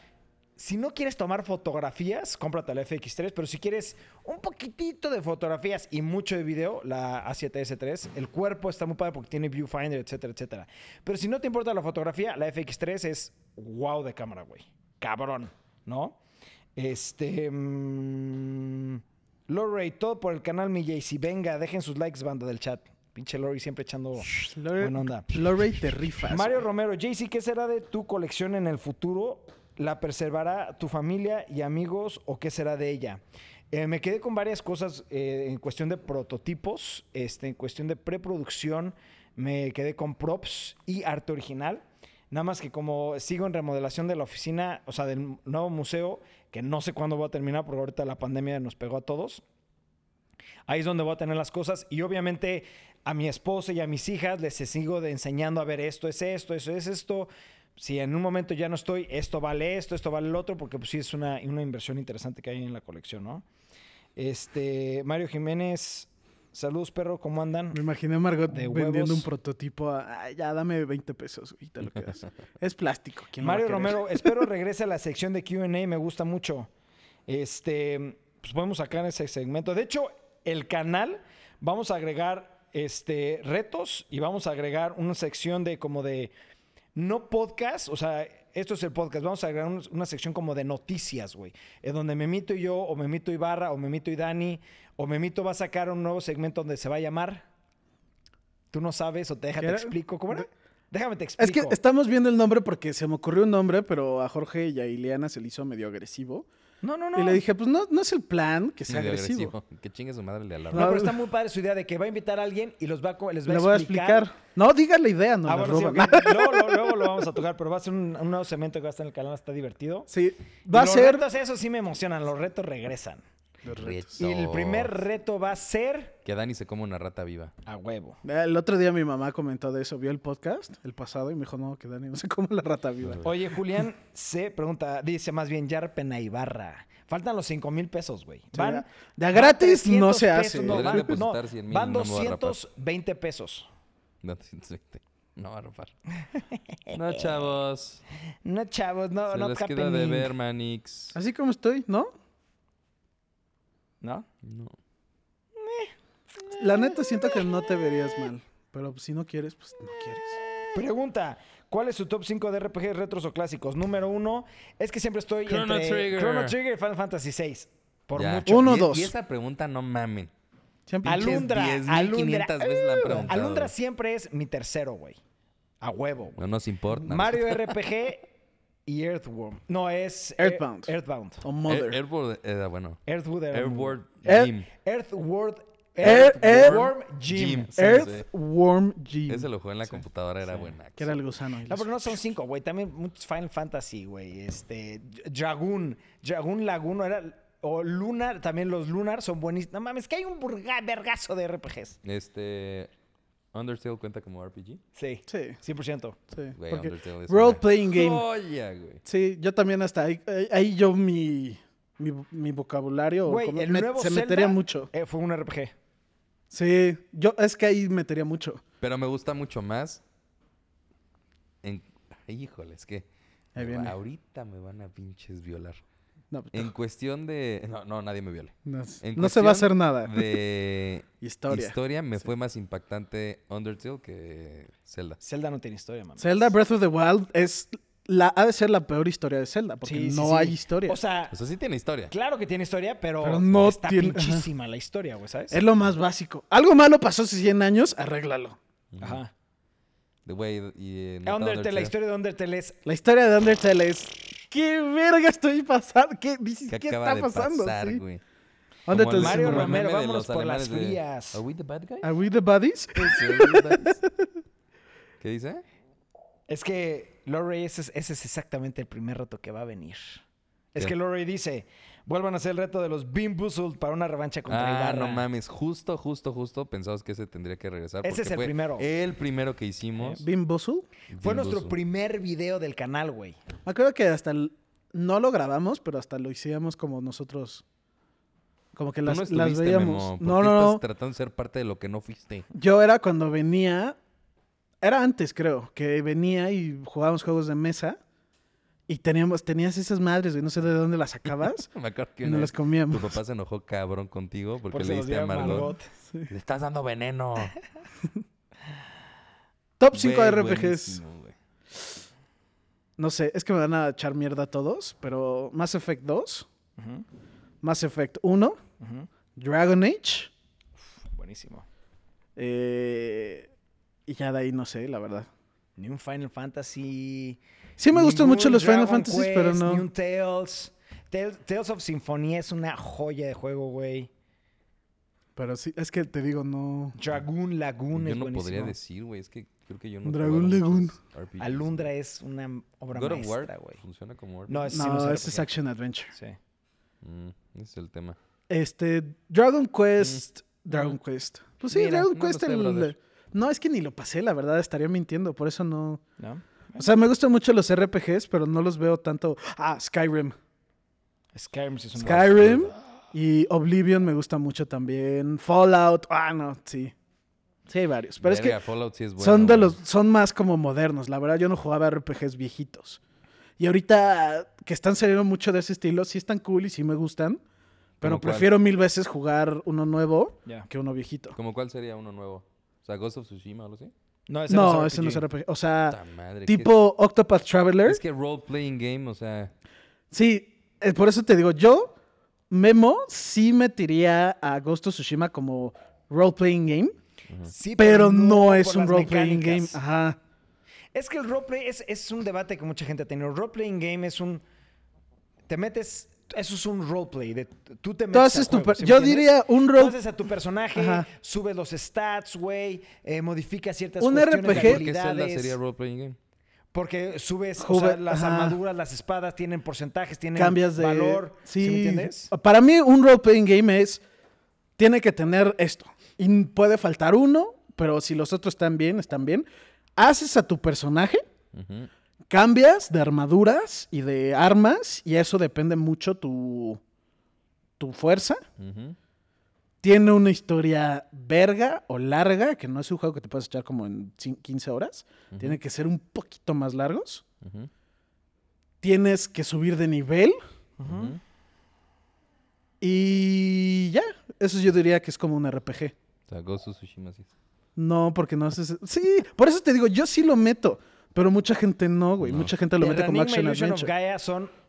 [SPEAKER 1] si no quieres tomar fotografías, cómprate la FX3, pero si quieres un poquitito de fotografías y mucho de video, la A7S3, el cuerpo está muy padre porque tiene viewfinder, etcétera, etcétera. Pero si no te importa la fotografía, la FX3 es wow de cámara, güey. Cabrón, ¿no? Este. mm, Lorray, todo por el canal Mi JC. Venga, dejen sus likes, banda del chat. Pinche Lorray siempre echando buena onda.
[SPEAKER 2] Lorey te rifas.
[SPEAKER 1] Mario
[SPEAKER 2] güey.
[SPEAKER 1] Romero, JC, ¿qué será de tu colección en el futuro? ¿La preservará tu familia y amigos o qué será de ella? Eh, me quedé con varias cosas eh, en cuestión de prototipos, este, en cuestión de preproducción, me quedé con props y arte original. Nada más que como sigo en remodelación de la oficina, o sea, del nuevo museo, que no sé cuándo va a terminar, porque ahorita la pandemia nos pegó a todos. Ahí es donde voy a tener las cosas. Y obviamente a mi esposa y a mis hijas les sigo de enseñando a ver esto es esto, eso es esto. Si en un momento ya no estoy, esto vale esto, esto vale el otro, porque pues sí es una, una inversión interesante que hay en la colección, ¿no? Este, Mario Jiménez, saludos perro, ¿cómo andan?
[SPEAKER 2] Me imaginé a Margot
[SPEAKER 1] De
[SPEAKER 2] vendiendo
[SPEAKER 1] huevos.
[SPEAKER 2] un prototipo a, "Ay, ya dame 20 pesos y te lo quedas. es plástico. ¿quién lo va a
[SPEAKER 1] Mario
[SPEAKER 2] querer?
[SPEAKER 1] Romero, espero regrese a la sección de QA, me gusta mucho. Este, pues podemos sacar ese segmento. De hecho, el canal, vamos a agregar este, retos y vamos a agregar una sección de como de. No podcast, o sea, esto es el podcast. Vamos a agregar un- una sección como de noticias, güey. En donde Memito y yo, o Memito y Barra, o Memito y Dani, o Memito va a sacar un nuevo segmento donde se va a llamar. Tú no sabes, o te deja,
[SPEAKER 2] ¿Qué
[SPEAKER 1] te
[SPEAKER 2] era?
[SPEAKER 1] explico. ¿Cómo era? Déjame te
[SPEAKER 2] Es
[SPEAKER 1] explico.
[SPEAKER 2] que estamos viendo el nombre porque se me ocurrió un nombre, pero a Jorge y a Ileana se le hizo medio agresivo.
[SPEAKER 1] No, no, no.
[SPEAKER 2] Y le dije, pues no, no es el plan que sea
[SPEAKER 3] Medio
[SPEAKER 2] agresivo.
[SPEAKER 3] Que chingue su madre le alarma.
[SPEAKER 1] No, pero está muy padre su idea de que va a invitar a alguien y los va a, co- les va
[SPEAKER 2] Le voy a
[SPEAKER 1] explicar.
[SPEAKER 2] explicar. No, diga la idea, no
[SPEAKER 1] Ah,
[SPEAKER 2] la
[SPEAKER 1] bueno, sí,
[SPEAKER 2] roban.
[SPEAKER 1] ok. luego, luego, luego lo vamos a tocar, pero va a ser un, un nuevo segmento que va a estar en el canal, está divertido.
[SPEAKER 2] Sí,
[SPEAKER 1] Y
[SPEAKER 2] va a
[SPEAKER 1] los
[SPEAKER 2] ser
[SPEAKER 1] Retos, eso sí me emocionan, los retos regresan.
[SPEAKER 2] Los retos.
[SPEAKER 1] Y el primer reto va a ser
[SPEAKER 3] Que Dani se come una rata viva.
[SPEAKER 1] a huevo.
[SPEAKER 2] El otro día mi mamá comentó de eso, vio el podcast, el pasado, y me dijo, no, que Dani no se come la rata viva.
[SPEAKER 1] Oye, Julián se pregunta, dice más bien Yarpena Ibarra. Faltan los 5 mil pesos, güey. Van.
[SPEAKER 2] de a gratis
[SPEAKER 1] van
[SPEAKER 2] no
[SPEAKER 1] 300
[SPEAKER 2] se
[SPEAKER 1] pesos,
[SPEAKER 2] hace.
[SPEAKER 1] No,
[SPEAKER 3] Podrían
[SPEAKER 1] van,
[SPEAKER 3] depositar
[SPEAKER 1] no,
[SPEAKER 3] 100,000,
[SPEAKER 1] van
[SPEAKER 3] no me voy a rapar.
[SPEAKER 1] 220 pesos.
[SPEAKER 3] No, 320. No va a rapar. No, chavos.
[SPEAKER 1] No, chavos, no,
[SPEAKER 3] se
[SPEAKER 1] no
[SPEAKER 3] les queda de
[SPEAKER 1] happening.
[SPEAKER 3] ver, Manix.
[SPEAKER 2] Así como estoy, ¿no?
[SPEAKER 1] ¿No?
[SPEAKER 3] No.
[SPEAKER 2] La neta siento que no te verías mal. Pero pues, si no quieres, pues no quieres.
[SPEAKER 1] Pregunta, ¿cuál es su top 5 de RPGs retros o clásicos? Número uno, es que siempre estoy
[SPEAKER 3] Chrono
[SPEAKER 1] entre
[SPEAKER 3] Trigger.
[SPEAKER 1] Chrono Trigger y Final Fantasy VI. Por
[SPEAKER 3] Ya.
[SPEAKER 1] mucho.
[SPEAKER 2] Uno,
[SPEAKER 3] y,
[SPEAKER 2] dos.
[SPEAKER 3] Y esa pregunta no mamen.
[SPEAKER 2] Siempre.
[SPEAKER 3] Al- pinches
[SPEAKER 1] Alundra,
[SPEAKER 3] 10,500
[SPEAKER 1] Alundra.
[SPEAKER 3] veces la han
[SPEAKER 1] uh,
[SPEAKER 3] preguntado.
[SPEAKER 1] Alundra siempre es mi tercero, güey. A huevo, güey.
[SPEAKER 3] No nos importa.
[SPEAKER 1] Mario RPG y Earthworm. No, es eh,
[SPEAKER 2] Earthbound.
[SPEAKER 1] Earthbound.
[SPEAKER 2] O
[SPEAKER 3] Air-
[SPEAKER 2] mother.
[SPEAKER 3] Airboard era eh, bueno.
[SPEAKER 1] Earthwood era un-
[SPEAKER 3] Airboard
[SPEAKER 1] Eh,
[SPEAKER 2] Air-
[SPEAKER 3] Gym.
[SPEAKER 1] Earthworld.
[SPEAKER 2] Air-
[SPEAKER 1] Earthworm
[SPEAKER 3] Gym.
[SPEAKER 1] Gym.
[SPEAKER 3] Sí, sí.
[SPEAKER 2] Earthworm G.
[SPEAKER 3] Ese lo jugué en la computadora, era buena.
[SPEAKER 2] Que era el gusano. y
[SPEAKER 1] No,
[SPEAKER 2] las-
[SPEAKER 1] pero no son cinco, güey. También muchos Final Fantasy, güey. Este, Dragoon, Dragoon Laguno era... O Lunar, también los Lunar son buenísimos. No mames, que hay un burga, vergazo de RPGs.
[SPEAKER 3] Este. Undertale cuenta como RPG.
[SPEAKER 1] Sí.
[SPEAKER 2] Sí.
[SPEAKER 1] 100%.
[SPEAKER 2] Sí,
[SPEAKER 3] Güey,
[SPEAKER 2] porque
[SPEAKER 3] Undertale es
[SPEAKER 2] role
[SPEAKER 3] una
[SPEAKER 2] playing
[SPEAKER 1] Oh.
[SPEAKER 2] game.
[SPEAKER 3] Joya, güey.
[SPEAKER 2] Sí, yo también hasta ahí. ahí- Ahí yo mi, mi, mi vocabulario
[SPEAKER 1] Güey,
[SPEAKER 2] como-
[SPEAKER 1] el
[SPEAKER 2] me-
[SPEAKER 1] nuevo
[SPEAKER 2] se
[SPEAKER 1] Zelda,
[SPEAKER 2] metería mucho.
[SPEAKER 1] eh, fue un RPG.
[SPEAKER 2] Sí, yo es que ahí metería mucho.
[SPEAKER 3] Pero me gusta mucho más. En... Ay, híjole, es que.
[SPEAKER 2] Ahí
[SPEAKER 3] me va-
[SPEAKER 2] viene.
[SPEAKER 3] Ahorita me van a pinches violar.
[SPEAKER 2] No,
[SPEAKER 3] En cuestión de. No, no, nadie me viole.
[SPEAKER 2] no-
[SPEAKER 3] En
[SPEAKER 2] no se va a
[SPEAKER 3] cuestión
[SPEAKER 2] hacer nada.
[SPEAKER 3] De
[SPEAKER 2] Historia.
[SPEAKER 3] me fue más impactante Undertale que Zelda.
[SPEAKER 1] Zelda no tiene historia, mames.
[SPEAKER 2] Zelda Breath of the Wild es la ha de ser la peor historia de Zelda porque
[SPEAKER 1] Sí, sí,
[SPEAKER 2] no
[SPEAKER 1] sí.
[SPEAKER 2] hay historia.
[SPEAKER 1] O sea,
[SPEAKER 3] O sea, sí tiene historia.
[SPEAKER 1] claro que tiene historia, pero,
[SPEAKER 2] Pero no
[SPEAKER 1] está
[SPEAKER 2] tiene- ajá.
[SPEAKER 1] pinchísima la historia, güey, ¿sabes?
[SPEAKER 2] es lo más básico. Algo malo pasó hace 100 años, arréglalo.
[SPEAKER 1] Ajá.
[SPEAKER 3] De güey, y en
[SPEAKER 1] Undertale, la historia de Undertale es
[SPEAKER 2] La historia de Undertale es ¿Qué verga estoy pasando? ¿Qué dices?
[SPEAKER 3] que
[SPEAKER 2] ¿Qué,
[SPEAKER 3] acaba
[SPEAKER 2] está
[SPEAKER 3] de
[SPEAKER 2] pasando?
[SPEAKER 3] pasar,
[SPEAKER 2] Sí.
[SPEAKER 3] güey.
[SPEAKER 2] Undertale
[SPEAKER 3] Como
[SPEAKER 2] es
[SPEAKER 1] Mario
[SPEAKER 2] un-
[SPEAKER 3] como
[SPEAKER 1] Romero,
[SPEAKER 3] el meme de
[SPEAKER 1] vámonos
[SPEAKER 3] los
[SPEAKER 1] por las
[SPEAKER 3] alemanes de,
[SPEAKER 1] frías.
[SPEAKER 3] ¿Are we the bad guys?
[SPEAKER 2] ¿Are we the buddies?
[SPEAKER 3] Sí, ¿are we the bad guys? ¿Qué dice?
[SPEAKER 1] Es que Lorray, ese, es- ese es exactamente el primer reto que va a venir. Es
[SPEAKER 3] ¿Qué?
[SPEAKER 1] que Lorray dice: vuelvan a hacer el reto de los Bean Boozled para una revancha contra
[SPEAKER 3] ah,
[SPEAKER 1] Ibarra.
[SPEAKER 3] no mames. Justo, justo, justo pensabas que ese tendría que regresar.
[SPEAKER 1] Ese
[SPEAKER 3] porque
[SPEAKER 1] es el
[SPEAKER 3] fue
[SPEAKER 1] primero. Eh,
[SPEAKER 3] El primero que hicimos.
[SPEAKER 2] Bim Bozul.
[SPEAKER 1] Fue
[SPEAKER 3] Bien
[SPEAKER 1] nuestro
[SPEAKER 3] buzo.
[SPEAKER 1] primer video del canal, güey.
[SPEAKER 2] Me acuerdo que hasta el- no lo grabamos, pero hasta lo hicimos como nosotros. Como que
[SPEAKER 3] Tú
[SPEAKER 2] las,
[SPEAKER 3] no
[SPEAKER 2] las
[SPEAKER 3] estuviste, Memo,
[SPEAKER 2] veíamos.
[SPEAKER 3] ¿por
[SPEAKER 2] no,
[SPEAKER 3] qué
[SPEAKER 2] no,
[SPEAKER 3] estás
[SPEAKER 2] no.
[SPEAKER 3] tratando de ser parte de lo que no fuiste.
[SPEAKER 2] Yo era cuando venía. Era antes, creo, que venía y jugábamos juegos de mesa. Y teníamos, tenías esas madres, güey, no sé de dónde las sacabas.
[SPEAKER 3] Me acuerdo que
[SPEAKER 2] y
[SPEAKER 3] una
[SPEAKER 2] nos
[SPEAKER 3] vez
[SPEAKER 2] las comíamos.
[SPEAKER 3] tu papá se enojó cabrón contigo porque
[SPEAKER 1] Por si
[SPEAKER 3] le
[SPEAKER 1] nos
[SPEAKER 3] diste a
[SPEAKER 1] dieron
[SPEAKER 3] Margot.
[SPEAKER 1] Margot.
[SPEAKER 3] Le estás dando veneno.
[SPEAKER 2] Top 5
[SPEAKER 3] Güey,
[SPEAKER 2] RPGs.
[SPEAKER 3] buenísimo, güey.
[SPEAKER 2] No sé, es que me van a echar mierda a todos, pero Mass Effect 2,
[SPEAKER 1] Ujú,
[SPEAKER 2] Mass Effect 1,
[SPEAKER 1] ujú.
[SPEAKER 2] Dragon Age.
[SPEAKER 1] Buenísimo.
[SPEAKER 2] eh, y ya de ahí no sé, la verdad.
[SPEAKER 1] Ni un Final Fantasy.
[SPEAKER 2] Sí me gustan
[SPEAKER 1] ningún
[SPEAKER 2] mucho los Final
[SPEAKER 1] Dragon
[SPEAKER 2] Fantasy,
[SPEAKER 1] Quest,
[SPEAKER 2] pero no.
[SPEAKER 1] Ni un Tales. Tales. Tales of Symphonia es una joya de juego, güey.
[SPEAKER 2] Pero sí, es que te digo, no.
[SPEAKER 1] Dragoon Lagoon
[SPEAKER 3] Yo
[SPEAKER 1] es
[SPEAKER 3] no
[SPEAKER 1] buenísimo.
[SPEAKER 3] podría decir, güey. Es que creo que yo no. he
[SPEAKER 2] Dragón
[SPEAKER 3] jugado
[SPEAKER 2] Lagoon.
[SPEAKER 3] muchos RPGs.
[SPEAKER 1] Alundra es una obra
[SPEAKER 3] God of
[SPEAKER 1] maestra,
[SPEAKER 3] War pues,
[SPEAKER 1] güey.
[SPEAKER 3] funciona como RPG.
[SPEAKER 1] No, es- sí,
[SPEAKER 2] No,
[SPEAKER 1] los
[SPEAKER 2] ese es
[SPEAKER 1] RPG.
[SPEAKER 2] Action Adventure.
[SPEAKER 1] Sí.
[SPEAKER 3] Mm, ese es el tema.
[SPEAKER 2] Este, Dragon Quest. Dragon Quest. Pues sí,
[SPEAKER 3] Mira,
[SPEAKER 2] Dragon
[SPEAKER 3] no lo
[SPEAKER 2] Quest.
[SPEAKER 3] sé,
[SPEAKER 2] el-
[SPEAKER 3] brother.
[SPEAKER 2] no, es que ni lo pasé, la verdad, estaría mintiendo. Por eso no.
[SPEAKER 1] ¿No?
[SPEAKER 2] O sea, me gustan mucho los RPGs, pero no los veo tanto. Ah, Skyrim.
[SPEAKER 1] Skyrim sí es una
[SPEAKER 2] Skyrim y Oblivion me gusta mucho también. Fallout. Ah, no, sí. Sí, hay varios. Pero es que
[SPEAKER 3] Verga, Fallout sí es bueno.
[SPEAKER 2] son de
[SPEAKER 3] güey.
[SPEAKER 2] los son más como modernos la verdad yo no jugaba RPGs viejitos y ahorita que están saliendo mucho de ese estilo sí están cool y sí me gustan pero
[SPEAKER 3] ¿Cómo cuál?
[SPEAKER 2] prefiero mil veces jugar uno nuevo
[SPEAKER 1] Ya.
[SPEAKER 2] que uno viejito
[SPEAKER 3] ¿Cómo cuál sería uno nuevo? O sea, Ghost of Tsushima o algo así.
[SPEAKER 1] No, ese
[SPEAKER 2] no ese
[SPEAKER 1] RPG.
[SPEAKER 2] no es RPG o sea
[SPEAKER 1] Ah,
[SPEAKER 3] Puta madre, qué-
[SPEAKER 2] tipo Octopath Traveler
[SPEAKER 3] Es que role-playing game, o sea.
[SPEAKER 2] sí eh, por eso te digo yo Memo sí metiría a Ghost of Tsushima como role playing game
[SPEAKER 1] Sí,
[SPEAKER 2] pero no
[SPEAKER 1] por
[SPEAKER 2] es un
[SPEAKER 1] las
[SPEAKER 2] role playing game
[SPEAKER 1] mecánicas.
[SPEAKER 2] ajá
[SPEAKER 1] Es que el roleplay es, es un debate que mucha gente ha tenido. El roleplaying game es un. Te metes. Eso es un roleplay. De, tú te metes.
[SPEAKER 2] haces
[SPEAKER 1] al
[SPEAKER 2] tu
[SPEAKER 1] juego,
[SPEAKER 2] per-
[SPEAKER 1] ¿sí me
[SPEAKER 2] yo
[SPEAKER 1] entiendes?
[SPEAKER 2] diría un
[SPEAKER 1] Tú
[SPEAKER 2] role-
[SPEAKER 1] haces a tu personaje,
[SPEAKER 2] Ajá.
[SPEAKER 1] subes los stats, güey, eh, modificas ciertas
[SPEAKER 2] Un
[SPEAKER 1] cuestiones de
[SPEAKER 2] RPG.
[SPEAKER 3] ¿Por qué Zelda
[SPEAKER 1] habilidades.
[SPEAKER 3] sería role-playing game?
[SPEAKER 1] Porque subes o
[SPEAKER 2] Juve-
[SPEAKER 1] sea, las
[SPEAKER 2] ajá.
[SPEAKER 1] armaduras, las espadas, tienen porcentajes, tienen
[SPEAKER 2] cambias de
[SPEAKER 1] valor.
[SPEAKER 2] Sí.
[SPEAKER 1] me entiendes?
[SPEAKER 2] Para mí un role playing game es tiene que tener esto y puede faltar uno, pero si los otros están bien, están bien. Haces a tu personaje,
[SPEAKER 3] Ujú.
[SPEAKER 2] cambias de armaduras y de armas y eso depende mucho tu tu fuerza.
[SPEAKER 3] Ujú.
[SPEAKER 2] Tiene una historia verga o larga, que no es un juego que te puedes echar como en cin- 15 horas. Tiene que ser un poquito más largos.
[SPEAKER 3] Ujú.
[SPEAKER 2] Tienes que subir de nivel.
[SPEAKER 3] Ujú.
[SPEAKER 2] Y ya, eso yo diría que es como un RPG.
[SPEAKER 3] O sea, Ghost of Tsushima sí es.
[SPEAKER 2] No, porque no haces... Sí, por eso te digo, yo sí lo meto, pero mucha gente no, güey.
[SPEAKER 3] No.
[SPEAKER 2] Mucha gente lo mete como
[SPEAKER 1] Terranigma y
[SPEAKER 2] Action
[SPEAKER 1] Illusion of
[SPEAKER 2] Adventure.
[SPEAKER 1] Gaia son.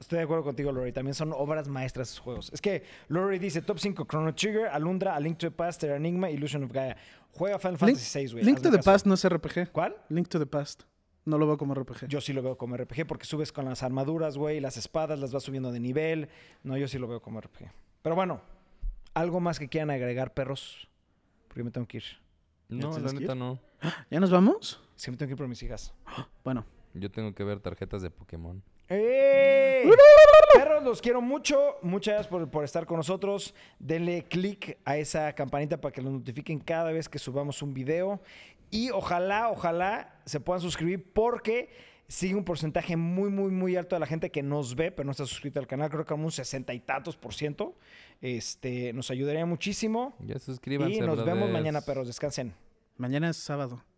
[SPEAKER 1] Estoy de acuerdo contigo, Lori. También son obras maestras esos juegos. Es que Lori dice: Top 5 Chrono Trigger, Alundra, A Link to the Past, Terranigma, Illusion of Gaia. Juega Final
[SPEAKER 2] Link,
[SPEAKER 1] Fantasy VI, güey.
[SPEAKER 2] Link
[SPEAKER 1] hazme
[SPEAKER 2] to the
[SPEAKER 1] caso.
[SPEAKER 2] Past no es RPG.
[SPEAKER 1] ¿Cuál?
[SPEAKER 2] Link to the Past. No lo veo como RPG.
[SPEAKER 1] Yo sí lo veo como RPG porque subes con las armaduras, güey, las espadas, las vas subiendo de nivel. No, yo sí lo veo como RPG. Pero bueno, algo más que quieran agregar, perros. Porque me tengo que ir.
[SPEAKER 3] No,
[SPEAKER 2] tienes
[SPEAKER 3] la
[SPEAKER 2] que ir?
[SPEAKER 3] neta no.
[SPEAKER 2] ¿Ya nos vamos?
[SPEAKER 1] Sí, me tengo que ir por mis hijas.
[SPEAKER 2] Bueno.
[SPEAKER 3] Yo tengo que ver tarjetas de Pokémon.
[SPEAKER 1] ¡Ey! ¡Eh! Perros, los quiero mucho. Muchas gracias por, por estar con nosotros. Denle click a esa campanita para que los notifiquen cada vez que subamos un video. Y ojalá, ojalá se puedan suscribir porque sigue un porcentaje muy, muy, muy alto de la gente que nos ve, pero no está suscrita al canal. Creo que como un sesenta y tantos por ciento. Este, nos ayudaría muchísimo.
[SPEAKER 3] Ya suscríbanse.
[SPEAKER 1] Y nos vemos
[SPEAKER 3] brothers.
[SPEAKER 1] mañana, perros. Descansen.
[SPEAKER 2] Mañana es sábado.